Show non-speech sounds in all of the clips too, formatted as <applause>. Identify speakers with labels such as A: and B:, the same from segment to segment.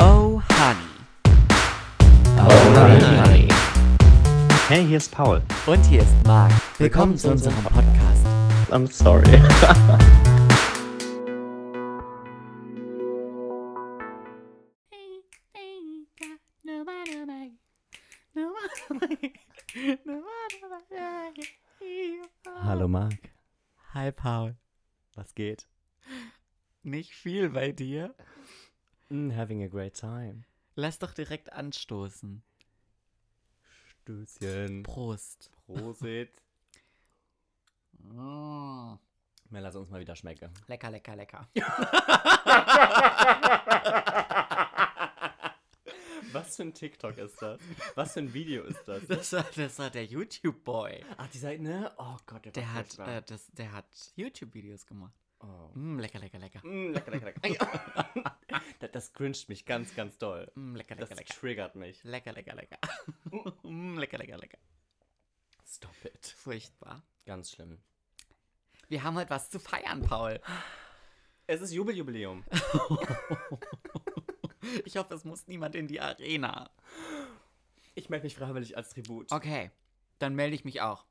A: Oh, Honey.
B: Alright, honey.
C: Hey, hier ist Paul.
A: Und hier ist Marc. Willkommen zu unserem Podcast.
C: I'm sorry.
B: Hallo Marc.
A: Hi Paul.
B: Was geht?
A: Nicht viel bei dir.
B: Mm, having a great time.
A: Lass doch direkt anstoßen.
B: Stößchen.
A: Prost.
B: <laughs> Prosit.
A: Mm.
B: Mehr lass uns mal wieder <laughs> schmecken.
A: Lecker, lecker, lecker.
B: Was für ein TikTok ist das? Was für ein Video ist das?
A: <laughs> Das war, das war der YouTube-Boy.
B: <laughs> Ach, die Seite, ne? Oh Gott,
A: Der
B: macht
A: hat,
B: so Spaß.
A: äh, das, der hat YouTube-Videos gemacht.
B: oh.
A: Mm, lecker, lecker, lecker.
B: Mm, lecker, lecker, lecker. <laughs> das, das cringet mich ganz, ganz doll.
A: Mm, lecker,
B: Das
A: lecker, lecker.
B: triggert mich.
A: Lecker, lecker, <laughs> lecker. Mm, lecker, lecker, lecker.
B: Stop it.
A: Furchtbar.
B: Ganz schlimm.
A: Wir haben heute was zu feiern, Paul.
B: Es ist Jubeljubiläum.
A: Ich hoffe, es muss niemand in die Arena.
B: Ich melde mich freiwillig als Tribut.
A: Okay, dann melde ich mich auch.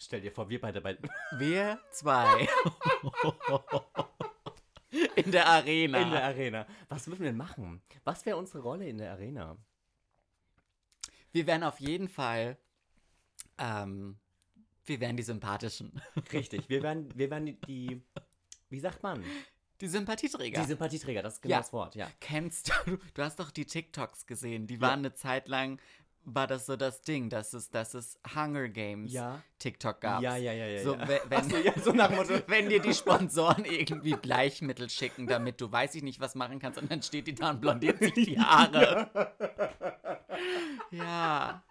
B: Stell dir vor, wir beide bei
A: Wir zwei. <laughs> In der Arena.
B: in der Arena. Was müssen wir denn machen? Was wäre unsere Rolle in der Arena?
A: wir wären auf jeden Fall. Ähm, wir wären die Sympathischen.
B: Richtig, wir wären, wir wären die, die, wie sagt man?
A: Die Sympathieträger.
B: Die Sympathieträger, das ist genau
A: Ja.
B: das Wort, ja.
A: Kennst du, du hast doch die TikToks gesehen, die waren eine Zeit lang, war das so das Ding, dass es, dass es Hunger Games
B: Ja.
A: TikTok gab.
B: Ja, ja, ja, ja,
A: So,
B: ja.
A: we- Wenn,
B: So, ja, so nach dem Motto.
A: <laughs> wenn dir die Sponsoren irgendwie Bleichmittel schicken, damit du weiß ich nicht, was machen kannst, und dann steht die da und blondiert sich die
B: <laughs>
A: Haare. Ja.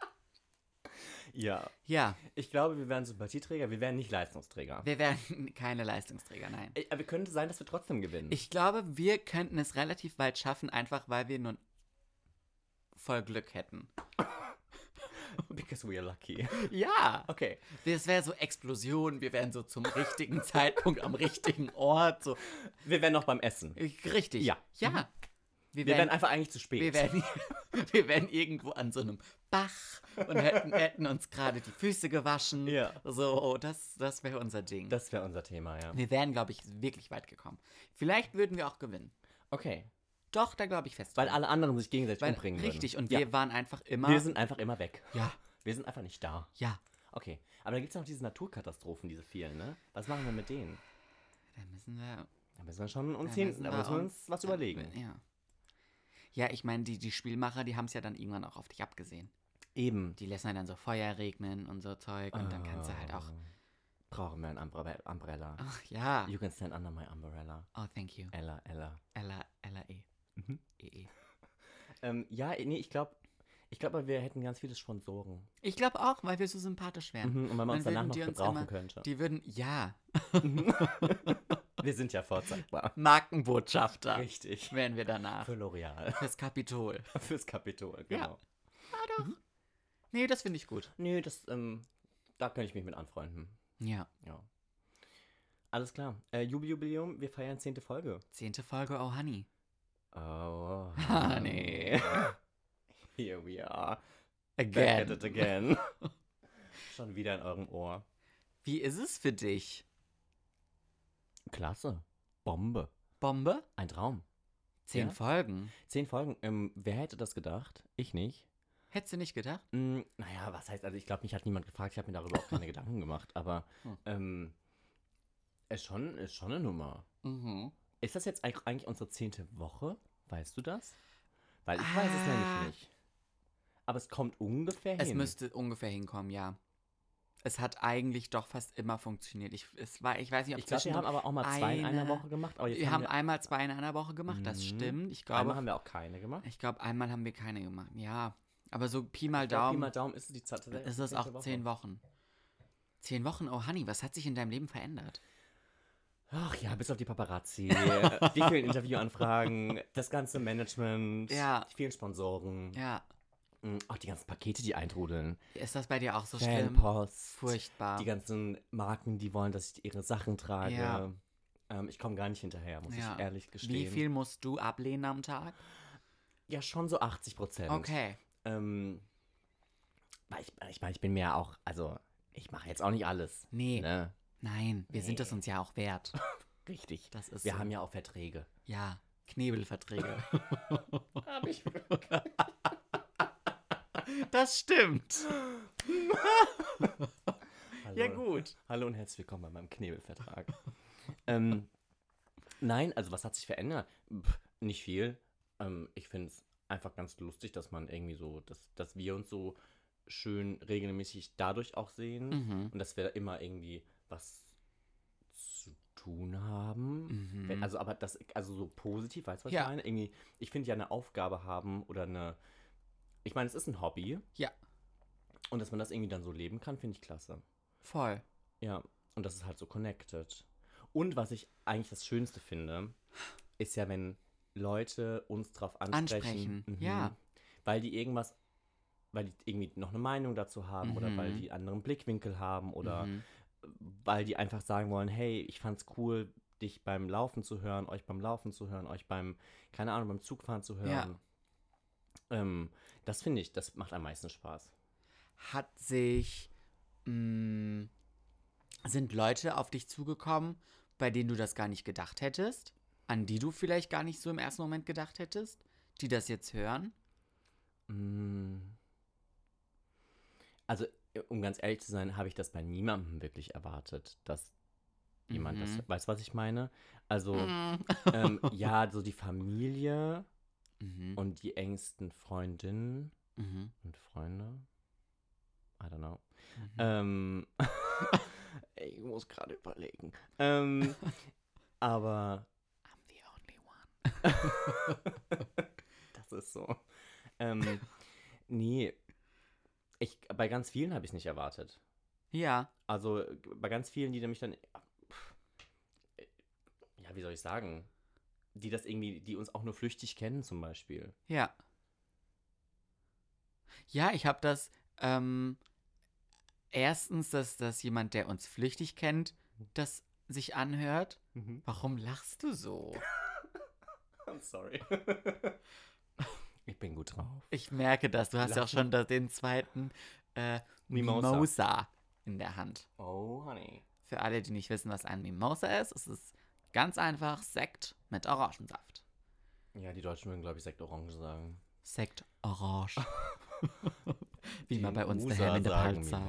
B: Ja.
A: Ja,
B: Ich glaube, wir wären Sympathieträger, wir wären nicht Leistungsträger.
A: wir wären keine Leistungsträger, nein.
B: Ey, Aber könnte sein, dass wir trotzdem gewinnen.
A: Ich glaube, wir könnten es relativ bald schaffen, einfach weil wir nun voll Glück hätten.
B: because we
A: <laughs>
B: are lucky.
A: Ja.
B: Okay.
A: Es wäre so Explosion, wir wären so zum richtigen Zeitpunkt am richtigen Ort. So.
B: Wir wären noch beim Essen.
A: Ich- Richtig.
B: Ja. Mhm.
A: Ja. Wir
B: Wir wären
A: wären,
B: einfach eigentlich zu spät.
A: wir wären, <laughs> wir wären irgendwo an so einem Bach und hätten, hätten uns gerade die Füße gewaschen.
B: Ja.
A: So, das, das wäre unser Ding.
B: das wäre unser Thema, ja.
A: wir wären, glaube ich, wirklich weit gekommen. Vielleicht würden wir auch gewinnen.
B: Okay.
A: Doch, da glaube ich fest.
B: Weil
A: dran.
B: alle anderen sich gegenseitig
A: Weil-
B: umbringen
A: Richtig,
B: würden.
A: und
B: ja.
A: wir waren einfach immer.
B: wir sind einfach immer weg.
A: ja,
B: Wir sind einfach nicht da.
A: ja.
B: Okay. Aber dann gibt es noch diese Naturkatastrophen, diese vielen, ne? Was machen wir mit denen?
A: Da müssen wir
B: Da müssen wir schon uns
A: Da
B: hin, da müssen wir uns was
A: da-
B: überlegen.
A: Ja. Ja, ich meine, die, die Spielmacher, die haben es ja dann irgendwann auch auf dich abgesehen.
B: Eben.
A: Die lassen ja dann so Feuer regnen und so Zeug und dann kannst du halt auch.
B: Ah. Brauchen wir ein Umbre Umbrella.
A: Ach ja.
B: You can stand under my umbrella.
A: Oh, thank you.
B: Ella, Ella.
A: Ella, Ella E.
B: Mhm.
A: E, E.
B: Ähm, ja, nee, ich glaube, ich glaube, wir hätten ganz viele Sponsoren.
A: Ich glaube auch, weil wir so sympathisch wären.
B: Mhm, und wenn man uns
A: Dann würden
B: danach noch
A: die uns
B: gebrauchen
A: immer-
B: könnte.
A: Die würden, ja,
B: Wir sind
A: <laughs>
B: ja vorzeigbar.
A: Markenbotschafter <laughs>
B: Richtig.
A: wären wir danach.
B: Für L'Oreal. <laughs>
A: Fürs Kapitol.
B: Fürs Kapitol,
A: Ja.
B: genau.
A: Nee, das finde ich gut.
B: Nö, das, ähm, da könnte ich mich mit anfreunden.
A: Ja.
B: Ja. Alles klar. Äh, Jubeljubiläum, wir feiern
A: <laughs>
B: zehnte Folge.
A: Zehnte Folge, oh Honey.
B: Oh,
A: Ah, Honey.
B: <laughs> Here we are. Back at it
A: Again.
B: again. <laughs> Schon wieder in eurem Ohr.
A: Wie ist es für dich?
B: Klasse. Bombe.
A: Bombe?
B: Ein Traum.
A: Zehn
B: Ja.
A: Folgen.
B: Zehn Folgen. Ähm, wer hätte das gedacht? Ich nicht.
A: Hättest du nicht gedacht?
B: Mm, naja, was heißt, also ich glaube, mich hat niemand gefragt, ich habe mir darüber auch <laughs> keine Gedanken gemacht, aber
A: Hm.
B: ähm, ist, schon, ist schon eine Nummer.
A: Mhm.
B: Ist das jetzt eig- eigentlich unsere zehnte Woche? Weißt du das? Weil ich weiß es
A: Ah.
B: nämlich nicht. Aber es kommt ungefähr
A: Es
B: hin.
A: müsste ungefähr hinkommen, ja. Es hat eigentlich doch fast immer funktioniert. Ich, es war, ich weiß nicht, ob
B: ich glaube, wir haben
A: zwischendurch-
B: aber auch mal zwei in einer
A: eine-
B: Woche gemacht. Aber jetzt
A: wir haben
B: wir,
A: einmal zwei in einer Woche gemacht, das
B: Mhm.
A: stimmt. Ich
B: einmal
A: glaube,
B: haben wir auch keine gemacht.
A: ich glaube, einmal haben wir keine gemacht. Ja, aber so Pi mal
B: Ich glaub, Pi
A: Daumen
B: mal Daumen ist die Zeit.
A: ist es auch zehn Wochen. Zehn Wochen, oh Honey, was hat sich in deinem Leben verändert?
B: Ach ja, bis auf die Paparazzi, <laughs> die vielen Interviewanfragen, das ganze Management,
A: Ja.
B: die vielen Sponsoren,
A: Ja,
B: Mm, auch die ganzen Pakete, die eintrudeln,
A: ist das bei dir auch so schlimm?
B: Fanpost,
A: Furchtbar.
B: die ganzen Marken, die wollen, dass ich ihre Sachen trage.
A: Ja.
B: Ähm, ich komme gar nicht hinterher, muss
A: Ja.
B: ich ehrlich
A: Wie
B: gestehen.
A: viel musst du ablehnen am Tag?
B: ja schon so 80 Prozent.
A: Okay.
B: Ähm, weil ich, ich meine, ich bin mir ja auch, also ich mache jetzt auch nicht alles.
A: Nee,
B: Ne?
A: nein, wir sind
B: Nee.
A: es uns ja auch wert.
B: Richtig.
A: Das ist
B: Wir
A: so.
B: haben ja auch Verträge.
A: ja Knebelverträge.
B: <laughs> Habe <laughs> ich.
A: das stimmt.
B: Hallo.
A: Ja gut.
B: Hallo und herzlich willkommen bei meinem Knebelvertrag. ähm, nein, also was hat sich verändert? Pff, nicht viel. Ähm, ich finde es einfach ganz lustig, dass man irgendwie so, dass, dass wir uns so schön regelmäßig dadurch auch sehen
A: Mhm.
B: und dass wir immer irgendwie was zu tun haben.
A: Mhm.
B: Wenn- Also aber das, also so positiv, weißt du, was
A: Ja.
B: ich meine? Irgendwie, ich finde ja eine Aufgabe haben oder eine, ich meine, es ist ein Hobby
A: ja,
B: und dass man das irgendwie dann so leben kann, finde ich klasse.
A: voll.
B: Ja, und das ist halt so connected. Und was ich eigentlich das Schönste finde, ist ja, wenn Leute uns drauf ansprechen. Mhm.
A: Ansprechen, ja.
B: Weil die irgendwas, weil die irgendwie noch eine Meinung dazu haben oder weil
A: Mhm.
B: die einen anderen Blickwinkel haben oder
A: Mhm.
B: weil die einfach sagen wollen, hey, ich fand's cool, dich beim Laufen zu hören, euch beim Laufen zu hören, euch beim, keine Ahnung, beim Zugfahren zu hören. Ähm, das finde ich, das macht am meisten Spaß.
A: Hat sich. Mh, sind Leute auf dich zugekommen, bei denen du das gar nicht gedacht hättest? An die du vielleicht gar nicht so im ersten Moment gedacht hättest? Die das jetzt hören?
B: Mm. Also, äh, um ganz ehrlich zu sein, habe ich das bei niemandem wirklich erwartet, dass jemand
A: Mhm.
B: das. Weißt du, was ich meine? Also,
A: <laughs>
B: ähm, ja, so die Familie
A: Mhm.
B: und die engsten Freundinnen
A: Mhm.
B: und Freunde. I don't know. Ähm, <laughs> ich muss gerade überlegen.
A: <laughs>
B: Ähm, aber
A: I'm the only one.
B: <laughs> Das ist so. Ähm, nee, ich, bei ganz vielen habe ich es nicht erwartet.
A: Ja,
B: Also äh, bei ganz vielen, die mich dann, pff, äh, ja, wie soll ich sagen, die das irgendwie, die uns auch nur flüchtig kennen zum Beispiel.
A: ja. Ja, ich habe das. Ähm, erstens, dass, dass jemand, der uns flüchtig kennt, das sich anhört. Warum lachst du so?
B: I'm sorry. ich bin gut drauf.
A: Ich merke das. Du hast ja auch schon da- den zweiten äh,
B: Mimosa.
A: Mimosa. in der Hand.
B: Oh, honey.
A: Für alle, die nicht wissen, was ein Mimosa ist, es ist ganz einfach Sekt mit Orangensaft.
B: Ja, die Deutschen würden, glaube ich, Sekt Orange sagen.
A: Sekt Orange. <laughs> Wie
B: Die
A: man bei uns
B: User
A: daher in der
B: sagen
A: Palz sagt.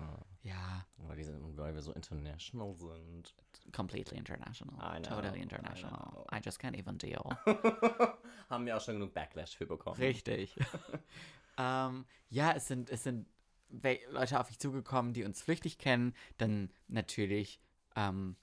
B: Mimosa.
A: Ja,
B: Weil, die sind, weil wir so international sind.
A: completely international.
B: I know,
A: totally
B: I
A: international.
B: know.
A: I, just can't even deal.
B: Haben wir auch schon genug Backlash für bekommen.
A: Richtig.
B: <laughs>
A: ähm, ja, es sind, es sind we- Leute auf mich zugekommen, die uns flüchtig kennen. Dann natürlich ähm,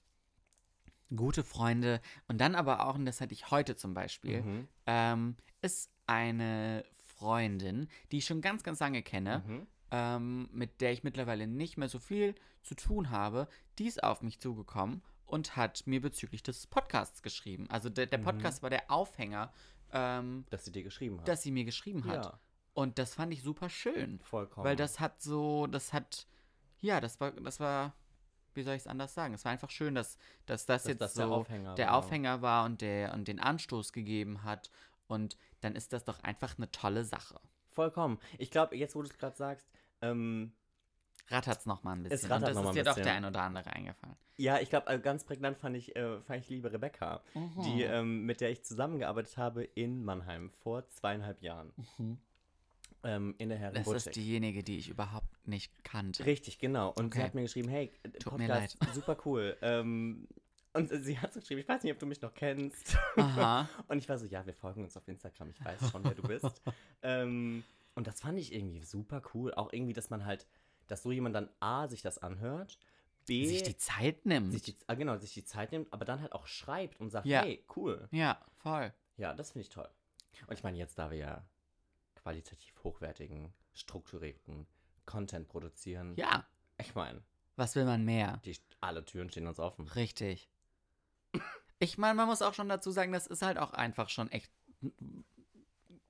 A: gute Freunde. Und dann aber auch, und das hatte ich heute zum Beispiel,
B: Mhm.
A: ähm, ist eine Freundin, die ich schon ganz, ganz lange kenne,
B: Mhm.
A: ähm, mit der ich mittlerweile nicht mehr so viel zu tun habe, die ist auf mich zugekommen und hat mir bezüglich des Podcasts geschrieben. Also der,
B: Mhm.
A: der Podcast war der Aufhänger, ähm,
B: Dass sie dir geschrieben hat.
A: dass sie mir geschrieben hat.
B: Ja,
A: Und das fand ich super schön.
B: vollkommen.
A: Weil das hat so, das hat, ja, das war, das war, wie soll ich es anders sagen? Es war einfach schön, dass, dass das
B: Dass
A: jetzt
B: das
A: so
B: der Aufhänger
A: der
B: war.
A: Aufhänger war und der und den Anstoß gegeben hat. Und dann ist das doch einfach eine tolle Sache.
B: Vollkommen. Ich glaube, jetzt, wo du es gerade sagst, ähm,
A: Rattert's noch mal ein bisschen. und
B: rattert
A: das
B: noch mal
A: ist
B: ein
A: dir doch
B: bisschen.
A: der ein oder andere eingefallen.
B: ja, ich glaube, ganz prägnant fand ich, äh, fand ich liebe Rebecca, die, ähm, mit der ich zusammengearbeitet habe in Mannheim vor zweieinhalb Jahren. Ähm, in der
A: Das
B: Herrenburg.
A: ist diejenige, die ich überhaupt nicht
B: <laughs>
A: kannte.
B: Richtig, genau. Und sie
A: Okay.
B: hat mir geschrieben, hey, äh,
A: Tut mir
B: Podcast,
A: <laughs>
B: super cool. Ähm, und äh, sie hat so geschrieben, ich weiß nicht, ob du mich noch kennst.
A: Aha.
B: Und ich war so, ja, wir folgen uns auf Instagram, ich weiß schon, wer
A: <laughs>
B: du bist. ähm, und das fand ich irgendwie super cool. Auch irgendwie, dass man halt, dass so jemand dann A, sich das anhört, B,
A: Sich die Zeit nimmt.
B: sich die, ah, genau, sich die Zeit nimmt, aber dann halt auch schreibt und sagt,
A: Hm. Ja.
B: hey, cool.
A: ja, voll.
B: Ja, das finde ich toll. Und ich meine, jetzt, da wir ja qualitativ hochwertigen, strukturierten Content produzieren,
A: Ja.
B: ich meine,
A: Was will man mehr?
B: die, alle Türen stehen uns offen.
A: Richtig. Ich meine, man muss auch schon dazu sagen, das ist halt auch einfach schon echt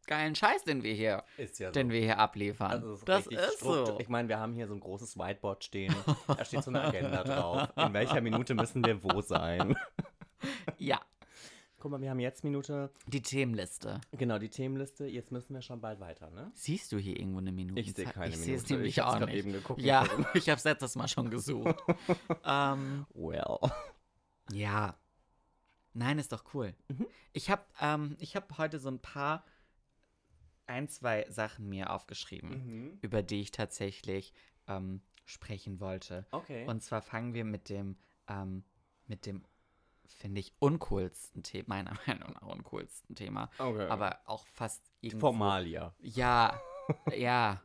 A: geilen Scheiß, den wir hier,
B: Ist ja
A: den wir hier abliefern.
B: Also es ist
A: das
B: richtig
A: ist
B: struktur-
A: so.
B: Ich meine, wir haben hier so ein großes Whiteboard stehen. Da steht
A: <laughs>
B: so eine Agenda drauf. In welcher Minute müssen wir wo sein?
A: Ja,
B: Guck mal, wir haben jetzt Minute.
A: Die Themenliste.
B: Genau, die Themenliste. Jetzt müssen wir schon bald weiter, ne?
A: Siehst du hier irgendwo eine Minute?
B: Ich sehe keine
A: ich
B: Minute.
A: sehe es nämlich
B: ich hab's
A: auch
B: grad
A: nicht.
B: eben geguckt. und
A: ja, <laughs>
B: so.
A: ich habe es letztes Mal schon
B: <laughs>
A: gesucht. ähm,
B: Well.
A: ja. Nein, ist doch cool.
B: Mhm.
A: Ich habe ähm, ich hab heute so ein paar, ein, zwei Sachen mir
B: Mhm.
A: aufgeschrieben, über die ich tatsächlich ähm, sprechen wollte.
B: Okay.
A: Und zwar fangen wir mit dem, ähm, mit dem, finde ich, uncoolsten Thema, meiner <laughs> Meinung nach uncoolsten Thema,
B: okay.
A: aber auch fast irgendwo.
B: Formalia. <laughs>
A: Ja, ja.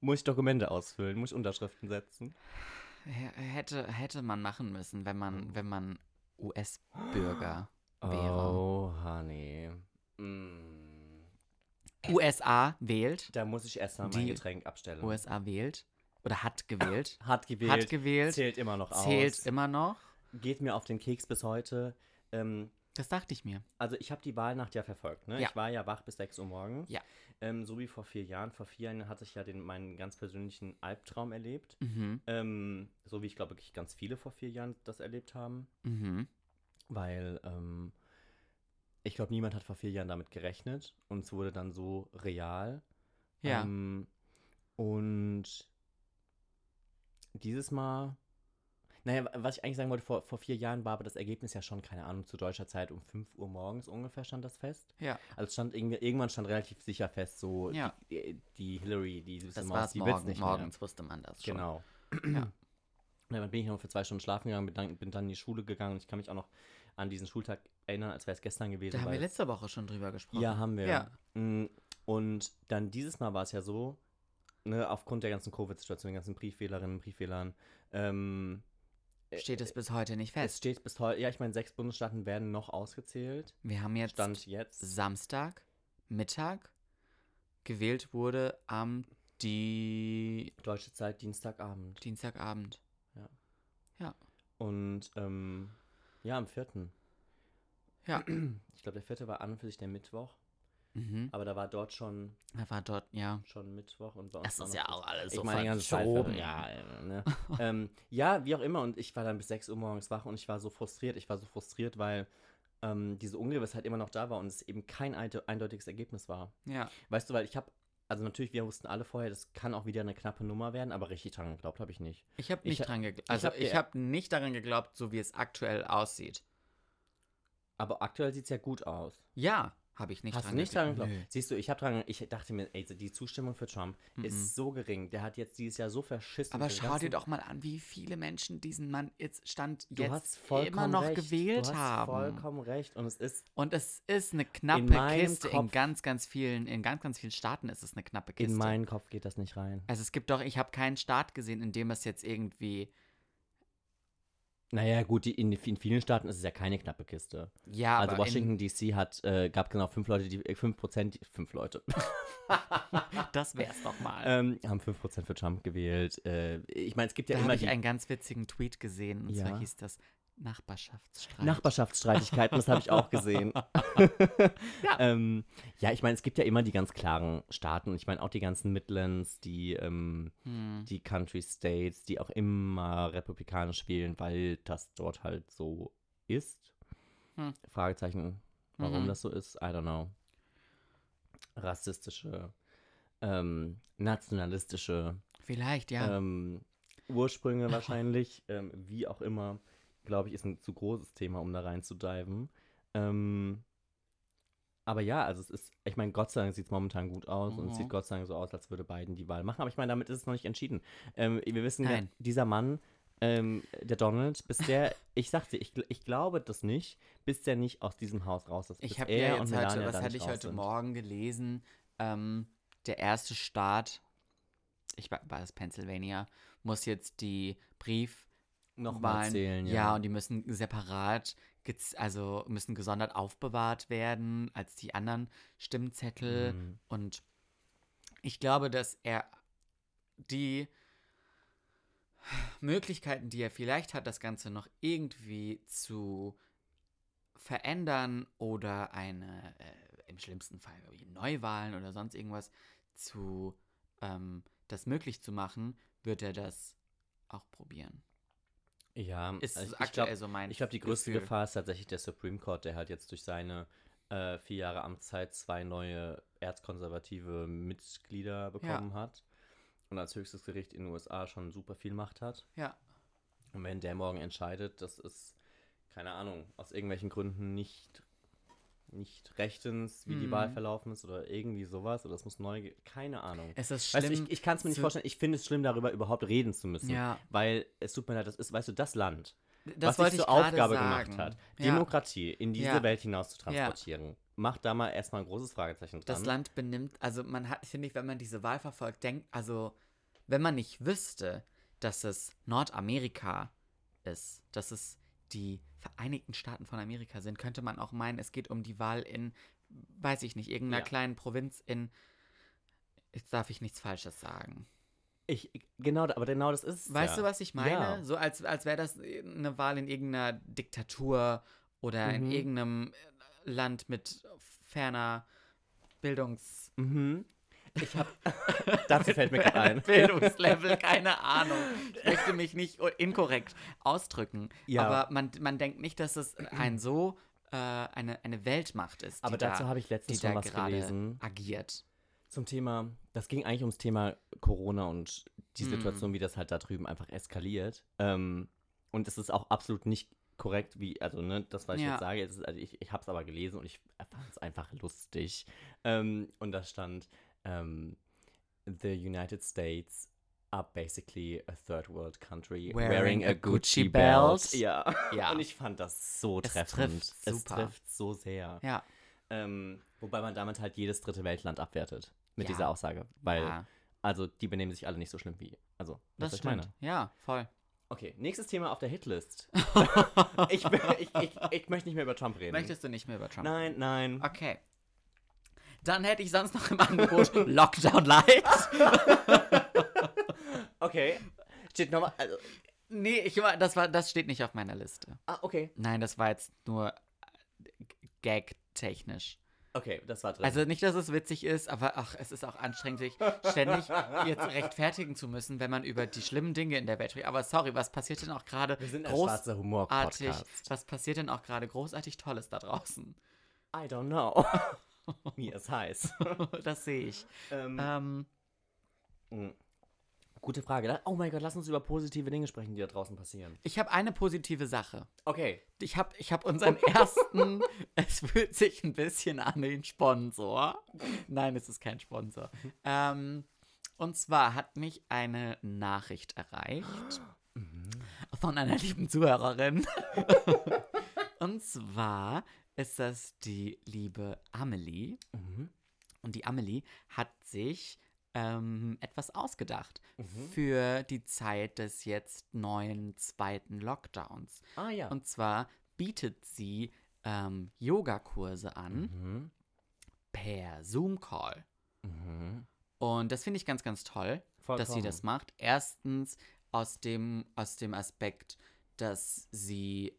B: Muss ich Dokumente ausfüllen? Muss ich Unterschriften setzen?
A: H- Hätte, hätte man machen müssen, wenn
B: Hm.
A: man, wenn man US-Bürger wäre.
B: Oh, honey. Mm.
A: USA wählt.
B: Da muss ich erstmal mein
A: Die
B: Getränk abstellen.
A: USA wählt. Oder hat
B: <laughs>
A: gewählt.
B: Hat gewählt.
A: Hat gewählt.
B: Zählt immer noch
A: Zählt
B: aus.
A: immer noch.
B: Geht mir auf den Keks bis heute. Ähm,
A: Das dachte ich mir.
B: also ich habe die Wahlnacht ja verfolgt. Ne?
A: Ja.
B: Ich war ja wach bis 6 Uhr morgens.
A: Ja.
B: Ähm, so wie vor vier Jahren. Vor vier Jahren hatte ich ja den, meinen ganz persönlichen Albtraum erlebt.
A: Mhm.
B: Ähm, so wie ich glaube, wirklich ganz viele vor vier Jahren das erlebt haben.
A: Mhm.
B: Weil ähm, ich glaube, niemand hat vor vier Jahren damit gerechnet. Und es wurde dann so real.
A: Ja.
B: Ähm, und dieses Mal, naja, wa- was ich eigentlich sagen wollte, vor, vor vier Jahren war aber das Ergebnis ja schon, keine Ahnung, zu deutscher Zeit um 5 Uhr morgens ungefähr stand das fest.
A: ja.
B: Also es stand irgendwie, irgendwann stand relativ sicher fest, so
A: Ja.
B: die, die Hillary, die süße
A: Das
B: Maus,
A: war's
B: die wird's
A: morgen,
B: nicht mehr.
A: morgens, wusste man das schon.
B: Genau. <clears throat>
A: Ja.
B: Und dann bin ich noch für zwei Stunden schlafen gegangen, bin dann, bin dann in die Schule gegangen und ich kann mich auch noch an diesen Schultag erinnern, als wäre es gestern gewesen.
A: Da haben wir
B: weil es-
A: letzte Woche schon drüber gesprochen.
B: ja, haben wir.
A: Ja.
B: Mm, Und dann dieses Mal war es ja so, ne, aufgrund der ganzen Covid-Situation, den ganzen Briefwählerinnen und Briefwählern, ähm,
A: Steht es bis heute nicht
B: es
A: fest.
B: steht bis heute, ja, ich meine, sechs Bundesstaaten werden noch ausgezählt.
A: Wir haben jetzt
B: Stand jetzt.
A: Samstag, Mittag. Gewählt wurde am die
B: Deutsche Zeit, Dienstagabend.
A: Dienstagabend.
B: Und ähm, ja, am vierten.
A: Ja.
B: Ich glaube, der vierte war an und für sich der Mittwoch.
A: Mhm.
B: Aber da war dort schon,
A: Er war dort, ja.
B: schon Mittwoch und bei uns
A: Das
B: war
A: ist
B: noch
A: ja
B: Dienstag.
A: auch alles
B: ich
A: so
B: meine, die ganze Zeit,
A: verschoben.
B: ja, äh,
A: <laughs>
B: ne? ähm, ja, wie auch immer. Und ich war dann bis 6 Uhr morgens wach und ich war so frustriert. Ich war so frustriert, weil ähm, diese Ungewissheit immer noch da war und es eben kein einte- eindeutiges Ergebnis war.
A: Ja.
B: Weißt du, weil ich habe, also natürlich, wir wussten alle vorher, das kann auch wieder eine knappe Nummer werden, aber richtig dran geglaubt habe ich nicht.
A: Ich habe
B: Ich
A: nicht
B: ha-
A: dran geglaubt. Also
B: hab
A: ich
B: ge-
A: habe hab nicht daran geglaubt, so wie es aktuell aussieht.
B: Aber aktuell sieht es ja gut aus.
A: Ja, habe ich nicht
B: Hast
A: dran
B: du nicht dran
A: gegl-
B: geglaubt?
A: Nö.
B: Siehst du, ich habe dran, ich dachte mir, ey, die Zustimmung für Trump ist so gering. Der hat jetzt dieses Jahr so verschissen.
A: Mhm. Aber
B: mit dem
A: schau dir
B: ganzen-
A: doch mal an, wie viele Menschen diesen Mann jetzt stand
B: du
A: jetzt
B: hast vollkommen
A: immer noch
B: recht.
A: gewählt
B: du hast
A: haben.
B: Vollkommen recht. Und es ist
A: Und es ist eine knappe
B: meinem
A: Kiste in
B: Kopf-
A: ganz, ganz vielen, in ganz, ganz vielen Staaten ist es eine knappe Kiste.
B: in meinen Kopf geht das nicht rein.
A: also es gibt doch, ich habe keinen Staat gesehen, in dem es jetzt irgendwie,
B: Naja, gut, die, in, in vielen Staaten ist es ja keine knappe Kiste.
A: ja,
B: also
A: aber
B: Washington DC hat, äh, gab genau fünf Leute, die äh, fünf Prozent, fünf Leute, <laughs>
A: in, das wär's doch mal.
B: ähm, haben fünf Prozent für Trump gewählt. Äh, ich meine, es gibt ja
A: da
B: immer
A: habe ich
B: die
A: einen ganz witzigen Tweet gesehen und
B: Ja.
A: zwar hieß das Nachbarschaftsstreit.
B: Nachbarschaftsstreitigkeiten, das habe ich auch gesehen. <laughs> ja. Ähm, ja, ich meine, es gibt ja immer die ganz klaren Staaten. Ich meine, auch die ganzen Midlands, die, ähm,
A: Hm.
B: die Country States, die auch immer republikanisch wählen, weil das dort halt so ist.
A: Hm.
B: Fragezeichen, warum
A: Mhm.
B: das so ist, I don't know. Rassistische, ähm, nationalistische
A: Vielleicht, ja.
B: ähm, Ursprünge
A: <laughs>
B: wahrscheinlich, ähm, wie auch immer, glaube ich, ist ein zu großes Thema, um da reinzudiven. Ähm, aber ja, also es ist, ich meine, Gott sei Dank sieht es momentan gut aus und es
A: Mhm.
B: sieht Gott sei Dank so aus, als würde Biden die Wahl machen. Aber ich meine, damit ist es noch nicht entschieden. Ähm, wir wissen ja,
A: Nein.
B: dieser Mann, ähm, der Donald, bis
A: <laughs>
B: der, ich sagte, ich, gl- ich glaube das nicht, bis der nicht aus diesem Haus raus ist.
A: ich
B: bis
A: habe ja
B: er
A: jetzt
B: und
A: heute,
B: Melania
A: was
B: da
A: hatte
B: nicht
A: ich
B: raus
A: heute
B: sind.
A: Morgen gelesen? Ähm, der erste Staat, ich war, war das Pennsylvania, muss jetzt die Briefwahlen,
B: Nochmal zählen,
A: ja.
B: ja.
A: und die müssen separat, gez- also müssen gesondert aufbewahrt werden als die anderen Stimmzettel.
B: Mhm.
A: Und ich glaube, dass er die Möglichkeiten, die er vielleicht hat, das Ganze noch irgendwie zu verändern oder eine, äh, im schlimmsten Fall irgendwie Neuwahlen oder sonst irgendwas zu, ähm, das möglich zu machen, wird er das auch probieren.
B: Ja,
A: Ist
B: also ich- ich
A: aktuell
B: glaub-
A: so mein
B: Ich glaube, die größte
A: Gefühl.
B: Gefahr ist tatsächlich der Supreme Court, der halt jetzt durch seine äh, vier Jahre Amtszeit zwei neue erzkonservative Mitglieder bekommen hat und als höchstes Gericht in den USA schon super viel Macht hat.
A: Ja.
B: Und wenn der morgen entscheidet, das ist, keine Ahnung, aus irgendwelchen Gründen nicht, nicht rechtens, wie die
A: Hm.
B: Wahl verlaufen ist oder irgendwie sowas oder es muss neu, ge- keine Ahnung.
A: Es ist schlimm.
B: Weißt du, ich, ich kann es mir nicht
A: zu-
B: vorstellen, ich finde es schlimm, darüber überhaupt reden zu müssen.
A: Ja.
B: Weil es tut mir leid, das ist, weißt du, das Land
A: das
B: was
A: wollte
B: sich zur
A: ich gerade
B: Aufgabe
A: sagen.
B: gemacht hat,
A: Ja.
B: Demokratie in diese
A: Ja.
B: Welt hinaus zu transportieren. Macht da mal erstmal ein großes Fragezeichen dran.
A: das Land benimmt, also man hat, finde ich, wenn man diese Wahl verfolgt, denkt, also wenn man nicht wüsste, dass es Nordamerika ist, dass es die Vereinigten Staaten von Amerika sind, könnte man auch meinen, es geht um die Wahl in, weiß ich nicht, irgendeiner
B: Ja.
A: kleinen Provinz in, jetzt darf ich nichts Falsches sagen.
B: ich, ich- genau, aber genau das ist es
A: Weißt du,
B: ja.
A: was ich meine?
B: Ja.
A: So als, als wäre das eine Wahl in irgendeiner Diktatur oder in
B: Mhm.
A: irgendeinem Land mit ferner Bildungs...
B: Mhm.
A: <laughs>
B: Ich hab, dazu fällt mir gerade ein.
A: Bildungslevel, keine Ahnung. Ich möchte mich nicht u- inkorrekt ausdrücken.
B: Ja.
A: Aber man, man denkt nicht, dass es ein so äh, eine, eine Weltmacht ist.
B: Aber dazu
A: da-
B: habe ich letztens
A: die
B: schon
A: da
B: was
A: gerade
B: gelesen.
A: agiert.
B: Zum Thema, das ging eigentlich ums Thema Corona und die
A: Hm.
B: Situation, wie das halt da drüben einfach eskaliert. Ähm, und es ist auch absolut nicht korrekt, wie, also, ne, das, was ich
A: Ja.
B: jetzt sage, es ist, also ich, ich habe es aber gelesen und ich fand es einfach lustig. Ähm, und da stand, ähm, the United States are basically a third world country
A: Wearing a Gucci belt.
B: Ja.
A: Ja.
B: Und ich fand das so
A: Es
B: treffend.
A: trifft
B: Es
A: super.
B: trifft so sehr.
A: Ja.
B: Ähm, wobei man damit halt jedes dritte Weltland abwertet. Mit
A: Ja.
B: dieser Aussage. Weil,
A: ja.
B: also, die benehmen sich alle nicht so schlimm wie. Also, wisst
A: Das
B: ihr, was ich
A: stimmt. Ja, voll.
B: Okay, nächstes Thema auf
A: <laughs>
B: der Hitlist. ich, ich, ich, ich möchte nicht mehr über Trump reden.
A: Möchtest du nicht mehr über Trump?
B: Nein, nein.
A: Okay. Dann hätte ich sonst noch im
B: <laughs>
A: Angebot Lockdown Light.
B: Okay. Steht nochmal. Also,
A: Nee, ich, war- das, war, das steht nicht auf meiner Liste.
B: ah, okay.
A: Nein, das war jetzt nur äh, g- gag-technisch.
B: Okay, das war drin.
A: Also nicht, dass es witzig ist, aber ach, es ist auch anstrengend, sich ständig jetzt rechtfertigen zu müssen, wenn man über die schlimmen Dinge in der Welt spricht. Aber sorry, was passiert denn auch gerade
B: wir sind ein
A: großartig?
B: schwarzer Humor-Podcast.
A: Was passiert denn auch gerade großartig Tolles da draußen?
B: <laughs> I don't
A: <laughs>
B: know. Mir ist heiß.
A: Das sehe ich.
B: ähm,
A: Ähm,
B: Gute Frage. La- Oh mein Gott, lass uns über positive Dinge sprechen, die da draußen passieren.
A: ich habe eine positive Sache.
B: Okay.
A: Ich habe ich hab unseren ersten, es fühlt sich ein bisschen an wie ein Sponsor. Nein, es ist kein Sponsor. Ähm, und zwar hat mich eine Nachricht erreicht von einer lieben Zuhörerin. <laughs> und zwar ist das die liebe Amelie. Und die Amelie hat sich ähm, etwas ausgedacht für die Zeit des jetzt neuen zweiten Lockdowns.
B: Ah ja.
A: Und zwar bietet sie ähm, Yogakurse an
B: mhm.
A: per Zoom-Call.
B: Mhm.
A: Und das finde ich ganz, ganz toll, dass sie
B: Vollkommen.
A: das macht. Erstens aus dem, aus dem Aspekt, dass sie,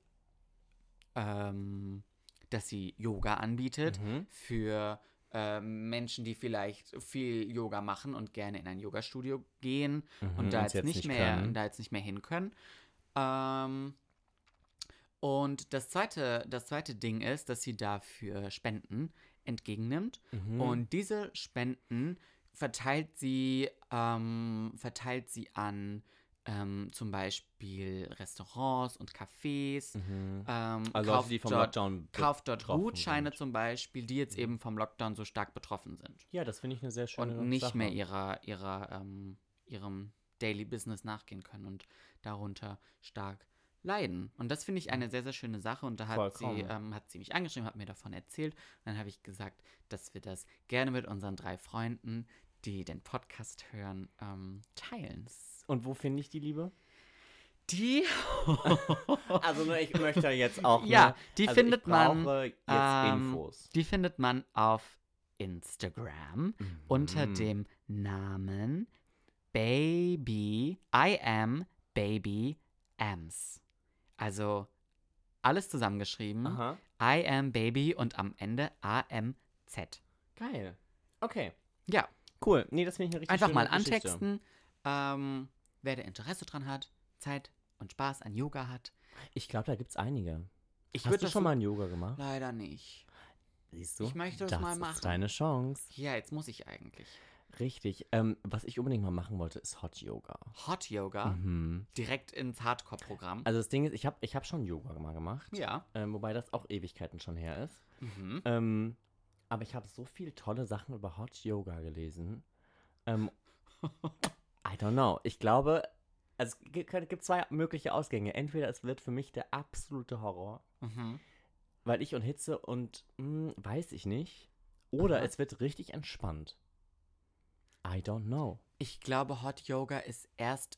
A: ähm, dass sie Yoga anbietet
B: Mhm.
A: für ähm, Menschen, die vielleicht viel Yoga machen und gerne in ein Yoga-Studio gehen und da
B: Wenn's
A: jetzt, nicht, mehr,
B: können.
A: und da jetzt nicht mehr hin können. Ähm, und das zweite, das zweite Ding ist, dass sie dafür Spenden entgegennimmt
B: Mhm.
A: und diese Spenden verteilt sie, ähm, verteilt sie an ähm, zum Beispiel Restaurants und Cafés.
B: Mhm.
A: Ähm,
B: Also Leute,
A: kauft
B: die vom
A: dort,
B: Lockdown be-
A: kauft dort
B: betroffen
A: Gutscheine
B: sind. Mhm.
A: zum Beispiel, die jetzt eben vom Lockdown so stark betroffen sind
B: Ja, das finde ich eine sehr schöne
A: und nicht
B: Sache.
A: mehr ihrer, ihrer, ähm, ihrem Daily Business nachgehen können und darunter stark leiden. Und das finde ich eine sehr, sehr schöne Sache. Und da hat sie,
B: Vollkommen.
A: ähm, hat sie mich angeschrieben, hat mir davon erzählt. Und dann habe ich gesagt, dass wir das gerne mit unseren drei Freunden, die den Podcast hören, ähm, teilen.
B: Und wo finde ich
A: <laughs>
B: die Liebe?
A: Die,
B: Also ne, ich möchte da jetzt auch.
A: Ja,
B: ne,
A: die
B: also
A: findet
B: ich brauche
A: man,
B: Jetzt
A: ähm,
B: Infos.
A: die findet man auf Instagram unter
B: Hm.
A: dem Namen Baby I am Baby Ams. Also alles zusammengeschrieben.
B: Aha.
A: I am Baby und am Ende AMZ.
B: Geil. Okay.
A: Ja,
B: Cool. Nee, das finde ich eine richtig
A: einfach
B: schöne
A: mal
B: Geschichte.
A: antexten. Ähm, wer der Interesse dran hat, Zeit, und Spaß an Yoga hat.
B: Ich glaube, da gibt es einige.
A: Ich
B: Hast
A: würd
B: du
A: das
B: schon
A: so-
B: mal ein Yoga gemacht?
A: Leider nicht.
B: Siehst du?
A: Ich möchte das mal machen.
B: ist deine Chance.
A: Ja, jetzt muss ich eigentlich.
B: Richtig. Ähm, was ich unbedingt mal machen wollte, ist Hot Yoga.
A: Hot Yoga,
B: Mhm.
A: direkt ins Hardcore-Programm.
B: Also das Ding ist, ich habe ich hab schon Yoga mal gemacht.
A: ja.
B: Ähm, wobei das auch Ewigkeiten schon her ist.
A: Mhm.
B: Ähm, aber ich habe so viele tolle Sachen über Hot Yoga gelesen. <laughs> Ähm, I don't know. Ich glaube, also es gibt, gibt zwei mögliche Ausgänge. Entweder es wird für mich der absolute Horror,
A: Mhm.
B: weil ich und Hitze und hm, weiß ich nicht. Oder
A: Aha.
B: es wird richtig entspannt. I don't know.
A: Ich glaube, Hot Yoga ist erst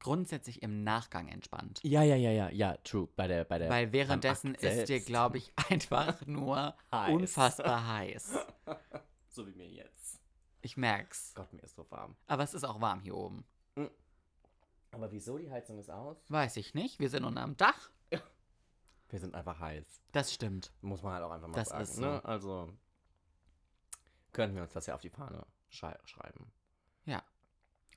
A: grundsätzlich im Nachgang entspannt.
B: Ja, ja, ja, ja, ja, true. Bei der, bei der.
A: Weil währenddessen
B: Akt
A: ist dir,
B: selbst.
A: glaube ich, <laughs> einfach nur
B: Heiß.
A: unfassbar heiß.
B: <laughs> so wie mir jetzt.
A: Ich merk's.
B: Gott, mir ist so warm.
A: Aber es ist auch warm hier oben.
B: Aber wieso die Heizung ist aus?
A: Weiß ich nicht. Wir sind unten am Dach.
B: Wir sind einfach heiß.
A: Das stimmt.
B: Muss man halt auch einfach mal
A: Das
B: sagen.
A: ist so.
B: ne? Also können wir uns das ja auf die Fahne schrei schreiben.
A: Ja.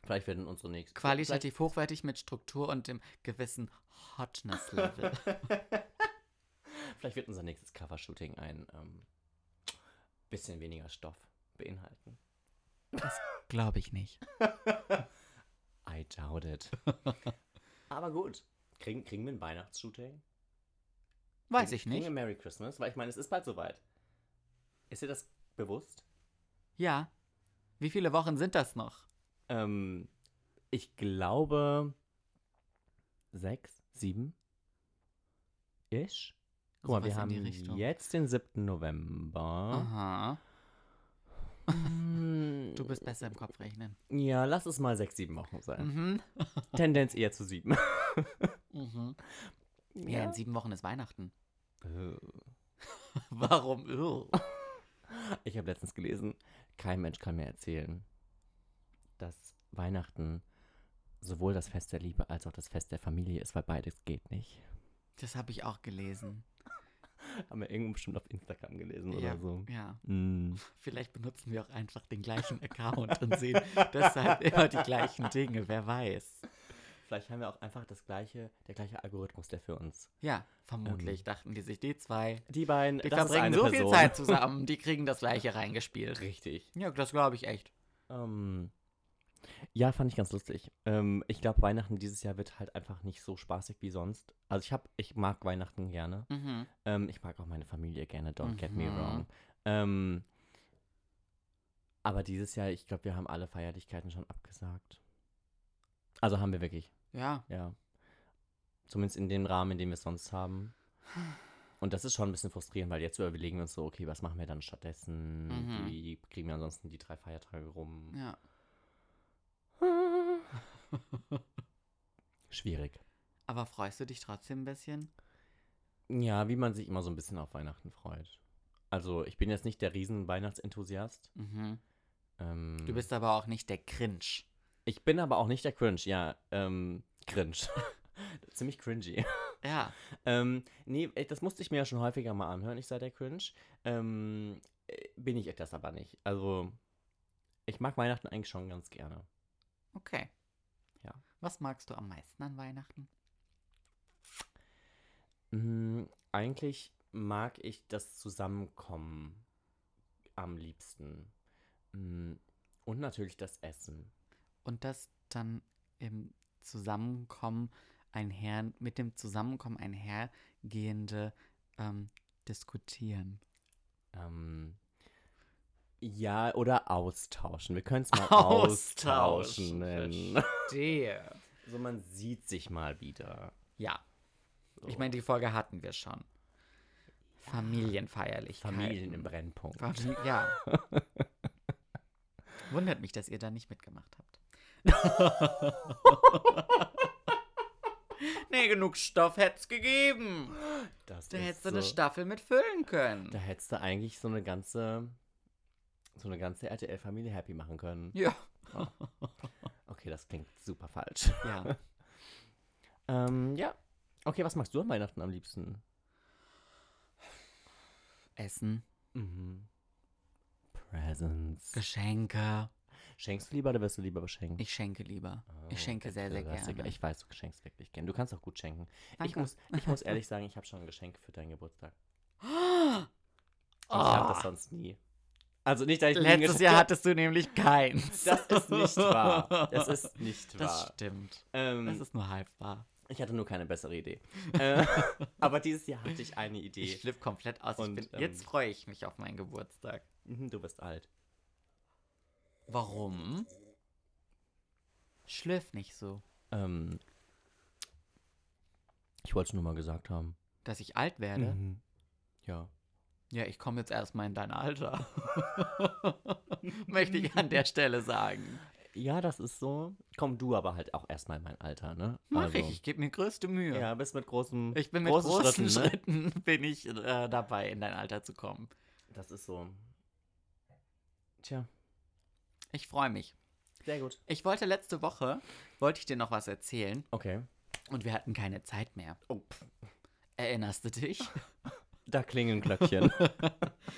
B: Vielleicht werden unsere nächsten.
A: Qualitativ hochwertig mit Struktur und dem gewissen
B: <laughs>
A: Hotness-Level.
B: Vielleicht, vielleicht wird unser nächstes Cover-Shooting ein ähm, bisschen weniger Stoff beinhalten.
A: glaube ich nicht.
B: I doubt it. <laughs> Aber gut. Kriegen, kriegen wir ein Weihnachts-Shooting?
A: Weiß
B: Kriegen-
A: ich
B: Kriegen wir
A: nicht.
B: Merry Christmas? Weil ich meine, es ist bald soweit. Ist dir das bewusst?
A: Ja. Wie viele Wochen sind das noch?
B: Ähm, ich glaube sechs, sieben. Ish. Guck mal, wir
A: Sowas in
B: haben
A: die Richtung.
B: jetzt den 7. November.
A: Aha.
B: Hm,
A: Du bist besser im Kopf rechnen.
B: ja, lass es mal sechs, sieben Wochen sein.
A: Mhm.
B: Tendenz eher zu sieben.
A: Mhm. <laughs> Ja, in sieben Wochen ist Weihnachten.
B: Äh,
A: Warum? Ugh.
B: Ich habe letztens gelesen, kein Mensch kann mir erzählen, dass Weihnachten sowohl das Fest der Liebe als auch das Fest der Familie ist, weil beides geht nicht.
A: Das habe ich auch gelesen.
B: Haben wir irgendwo bestimmt auf Instagram gelesen
A: ja,
B: oder so.
A: ja.
B: Mm.
A: Vielleicht benutzen wir auch einfach den gleichen Account und
B: <laughs>
A: sehen deshalb immer die gleichen Dinge. Wer weiß.
B: Vielleicht haben wir auch einfach das gleiche, der gleiche Algorithmus, der für uns.
A: Ja, vermutlich dachten die sich, die zwei,
B: Die beiden,
A: die
B: Ähm. das ist
A: verbringen
B: eine
A: so
B: Person.
A: viel
B: <laughs>
A: Zeit zusammen, die kriegen das gleiche reingespielt.
B: Richtig.
A: Ja, das glaube ich echt.
B: Ähm, ja, fand ich ganz lustig. Ähm, ich glaube, Weihnachten dieses Jahr wird halt einfach nicht so spaßig wie sonst. Also ich hab, ich mag Weihnachten gerne.
A: Mhm.
B: Ähm, ich mag auch meine Familie gerne, don't get me
A: Mhm.
B: wrong. Ähm, aber dieses Jahr, ich glaube, wir haben alle Feierlichkeiten schon abgesagt. Also haben wir wirklich.
A: Ja,
B: Ja. Zumindest in dem Rahmen, in dem wir es sonst haben. Und das ist schon ein bisschen frustrierend, weil jetzt überlegen wir uns so, okay, was machen wir dann stattdessen?
A: Mhm.
B: Wie kriegen wir ansonsten die drei Feiertage rum?
A: ja.
B: <laughs> Schwierig.
A: Aber freust du dich trotzdem ein bisschen?
B: Ja, wie man sich immer so ein bisschen auf Weihnachten freut. Also, ich bin jetzt nicht der riesen Weihnachtsenthusiast.
A: Mhm.
B: Ähm,
A: Du bist aber auch nicht der Cringe.
B: Ich bin aber auch nicht der Cringe, ja. Ähm, cringe. <laughs> Ziemlich cringy.
A: Ja.
B: Ähm, nee, äh, das musste ich mir ja schon häufiger mal anhören, ich sei der Cringe. Ähm, äh, bin ich das aber nicht. Also, ich mag Weihnachten eigentlich schon ganz gerne.
A: Okay.
B: Ja.
A: Was magst du am meisten an Weihnachten?
B: Mm, eigentlich mag ich das Zusammenkommen am liebsten. Mm, und natürlich das Essen.
A: Und das dann im Zusammenkommen einher, mit dem Zusammenkommen einhergehende ähm, Diskutieren.
B: Ähm, ja, oder austauschen. Wir können es
A: <laughs>
B: mal
A: Austauschen,
B: austauschen nennen.
A: Dear.
B: So, man sieht sich mal wieder.
A: Ja,
B: So.
A: ich meine, die Folge hatten wir schon. Familienfeierlichkeiten.
B: Familien im Brennpunkt.
A: Famili- Ja. Wundert mich, dass ihr da nicht mitgemacht
B: <laughs>
A: habt. nee, genug Stoff hätt's gegeben.
B: Das
A: Da
B: ist
A: hättest du eine
B: so-
A: Staffel mit füllen können.
B: Da hättest du eigentlich so eine ganze, so eine ganze RTL-Familie happy machen können.
A: Ja.
B: Okay, das klingt super falsch.
A: Ja.
B: Ähm, ja. Okay, was machst du an Weihnachten am liebsten?
A: Essen,
B: Mhm. Presents.
A: Geschenke,
B: Schenkst du lieber oder wirst du lieber beschenkt?
A: Ich schenke lieber. ich
B: Oh,
A: schenke sehr, sehr
B: du hast
A: <laughs>
B: ja-
A: gerne.
B: Ich weiß, du schenkst wirklich gerne. Du kannst auch gut schenken. Ich
A: Danke.
B: muss, ich muss ehrlich sagen, ich habe schon ein Geschenk für
A: <gasps>
B: deinen Geburtstag. Und Ich habe
A: oh,
B: das sonst nie. Also nicht, dass ich nie ein
A: letztes
B: Geschenk-
A: Jahr hattest du nämlich keins.
B: Das ist nicht wahr. Das ist nicht
A: Das
B: wahr.
A: stimmt. Das
B: Ähm,
A: ist nur halb wahr.
B: ich hatte nur keine bessere Idee. <laughs> Äh, aber dieses Jahr hatte ich eine Idee.
A: Ich flippe komplett aus.
B: Und,
A: ich bin,
B: ähm,
A: jetzt freue ich mich auf meinen Geburtstag.
B: Mhm, Du bist alt.
A: Warum? Schlürf nicht so.
B: Ähm, ich wollte es nur mal gesagt haben.
A: Dass ich alt werde?
B: Mhm. Ja.
A: Ja, ich komme jetzt erstmal in dein Alter. <laughs> Möchte ich an der Stelle sagen.
B: Also. Ja, das ist so. Komm du aber halt auch erstmal in mein Alter, ne?
A: Mach
B: Also,
A: ich, ich gebe mir größte Mühe.
B: Ja, bist mit großen
A: Ich bin mit
B: großen
A: großen
B: Schritten, ne?
A: Schritten, <laughs> bin ich äh, dabei, in dein Alter zu kommen.
B: Das ist so. Tja,
A: Ich freue mich.
B: sehr gut.
A: Ich wollte letzte Woche, wollte ich dir noch was erzählen
B: Okay.
A: und wir hatten keine Zeit mehr.
B: Oh, pff,
A: Erinnerst du
B: <laughs>
A: dich?
B: da klingen <laughs> Glöckchen.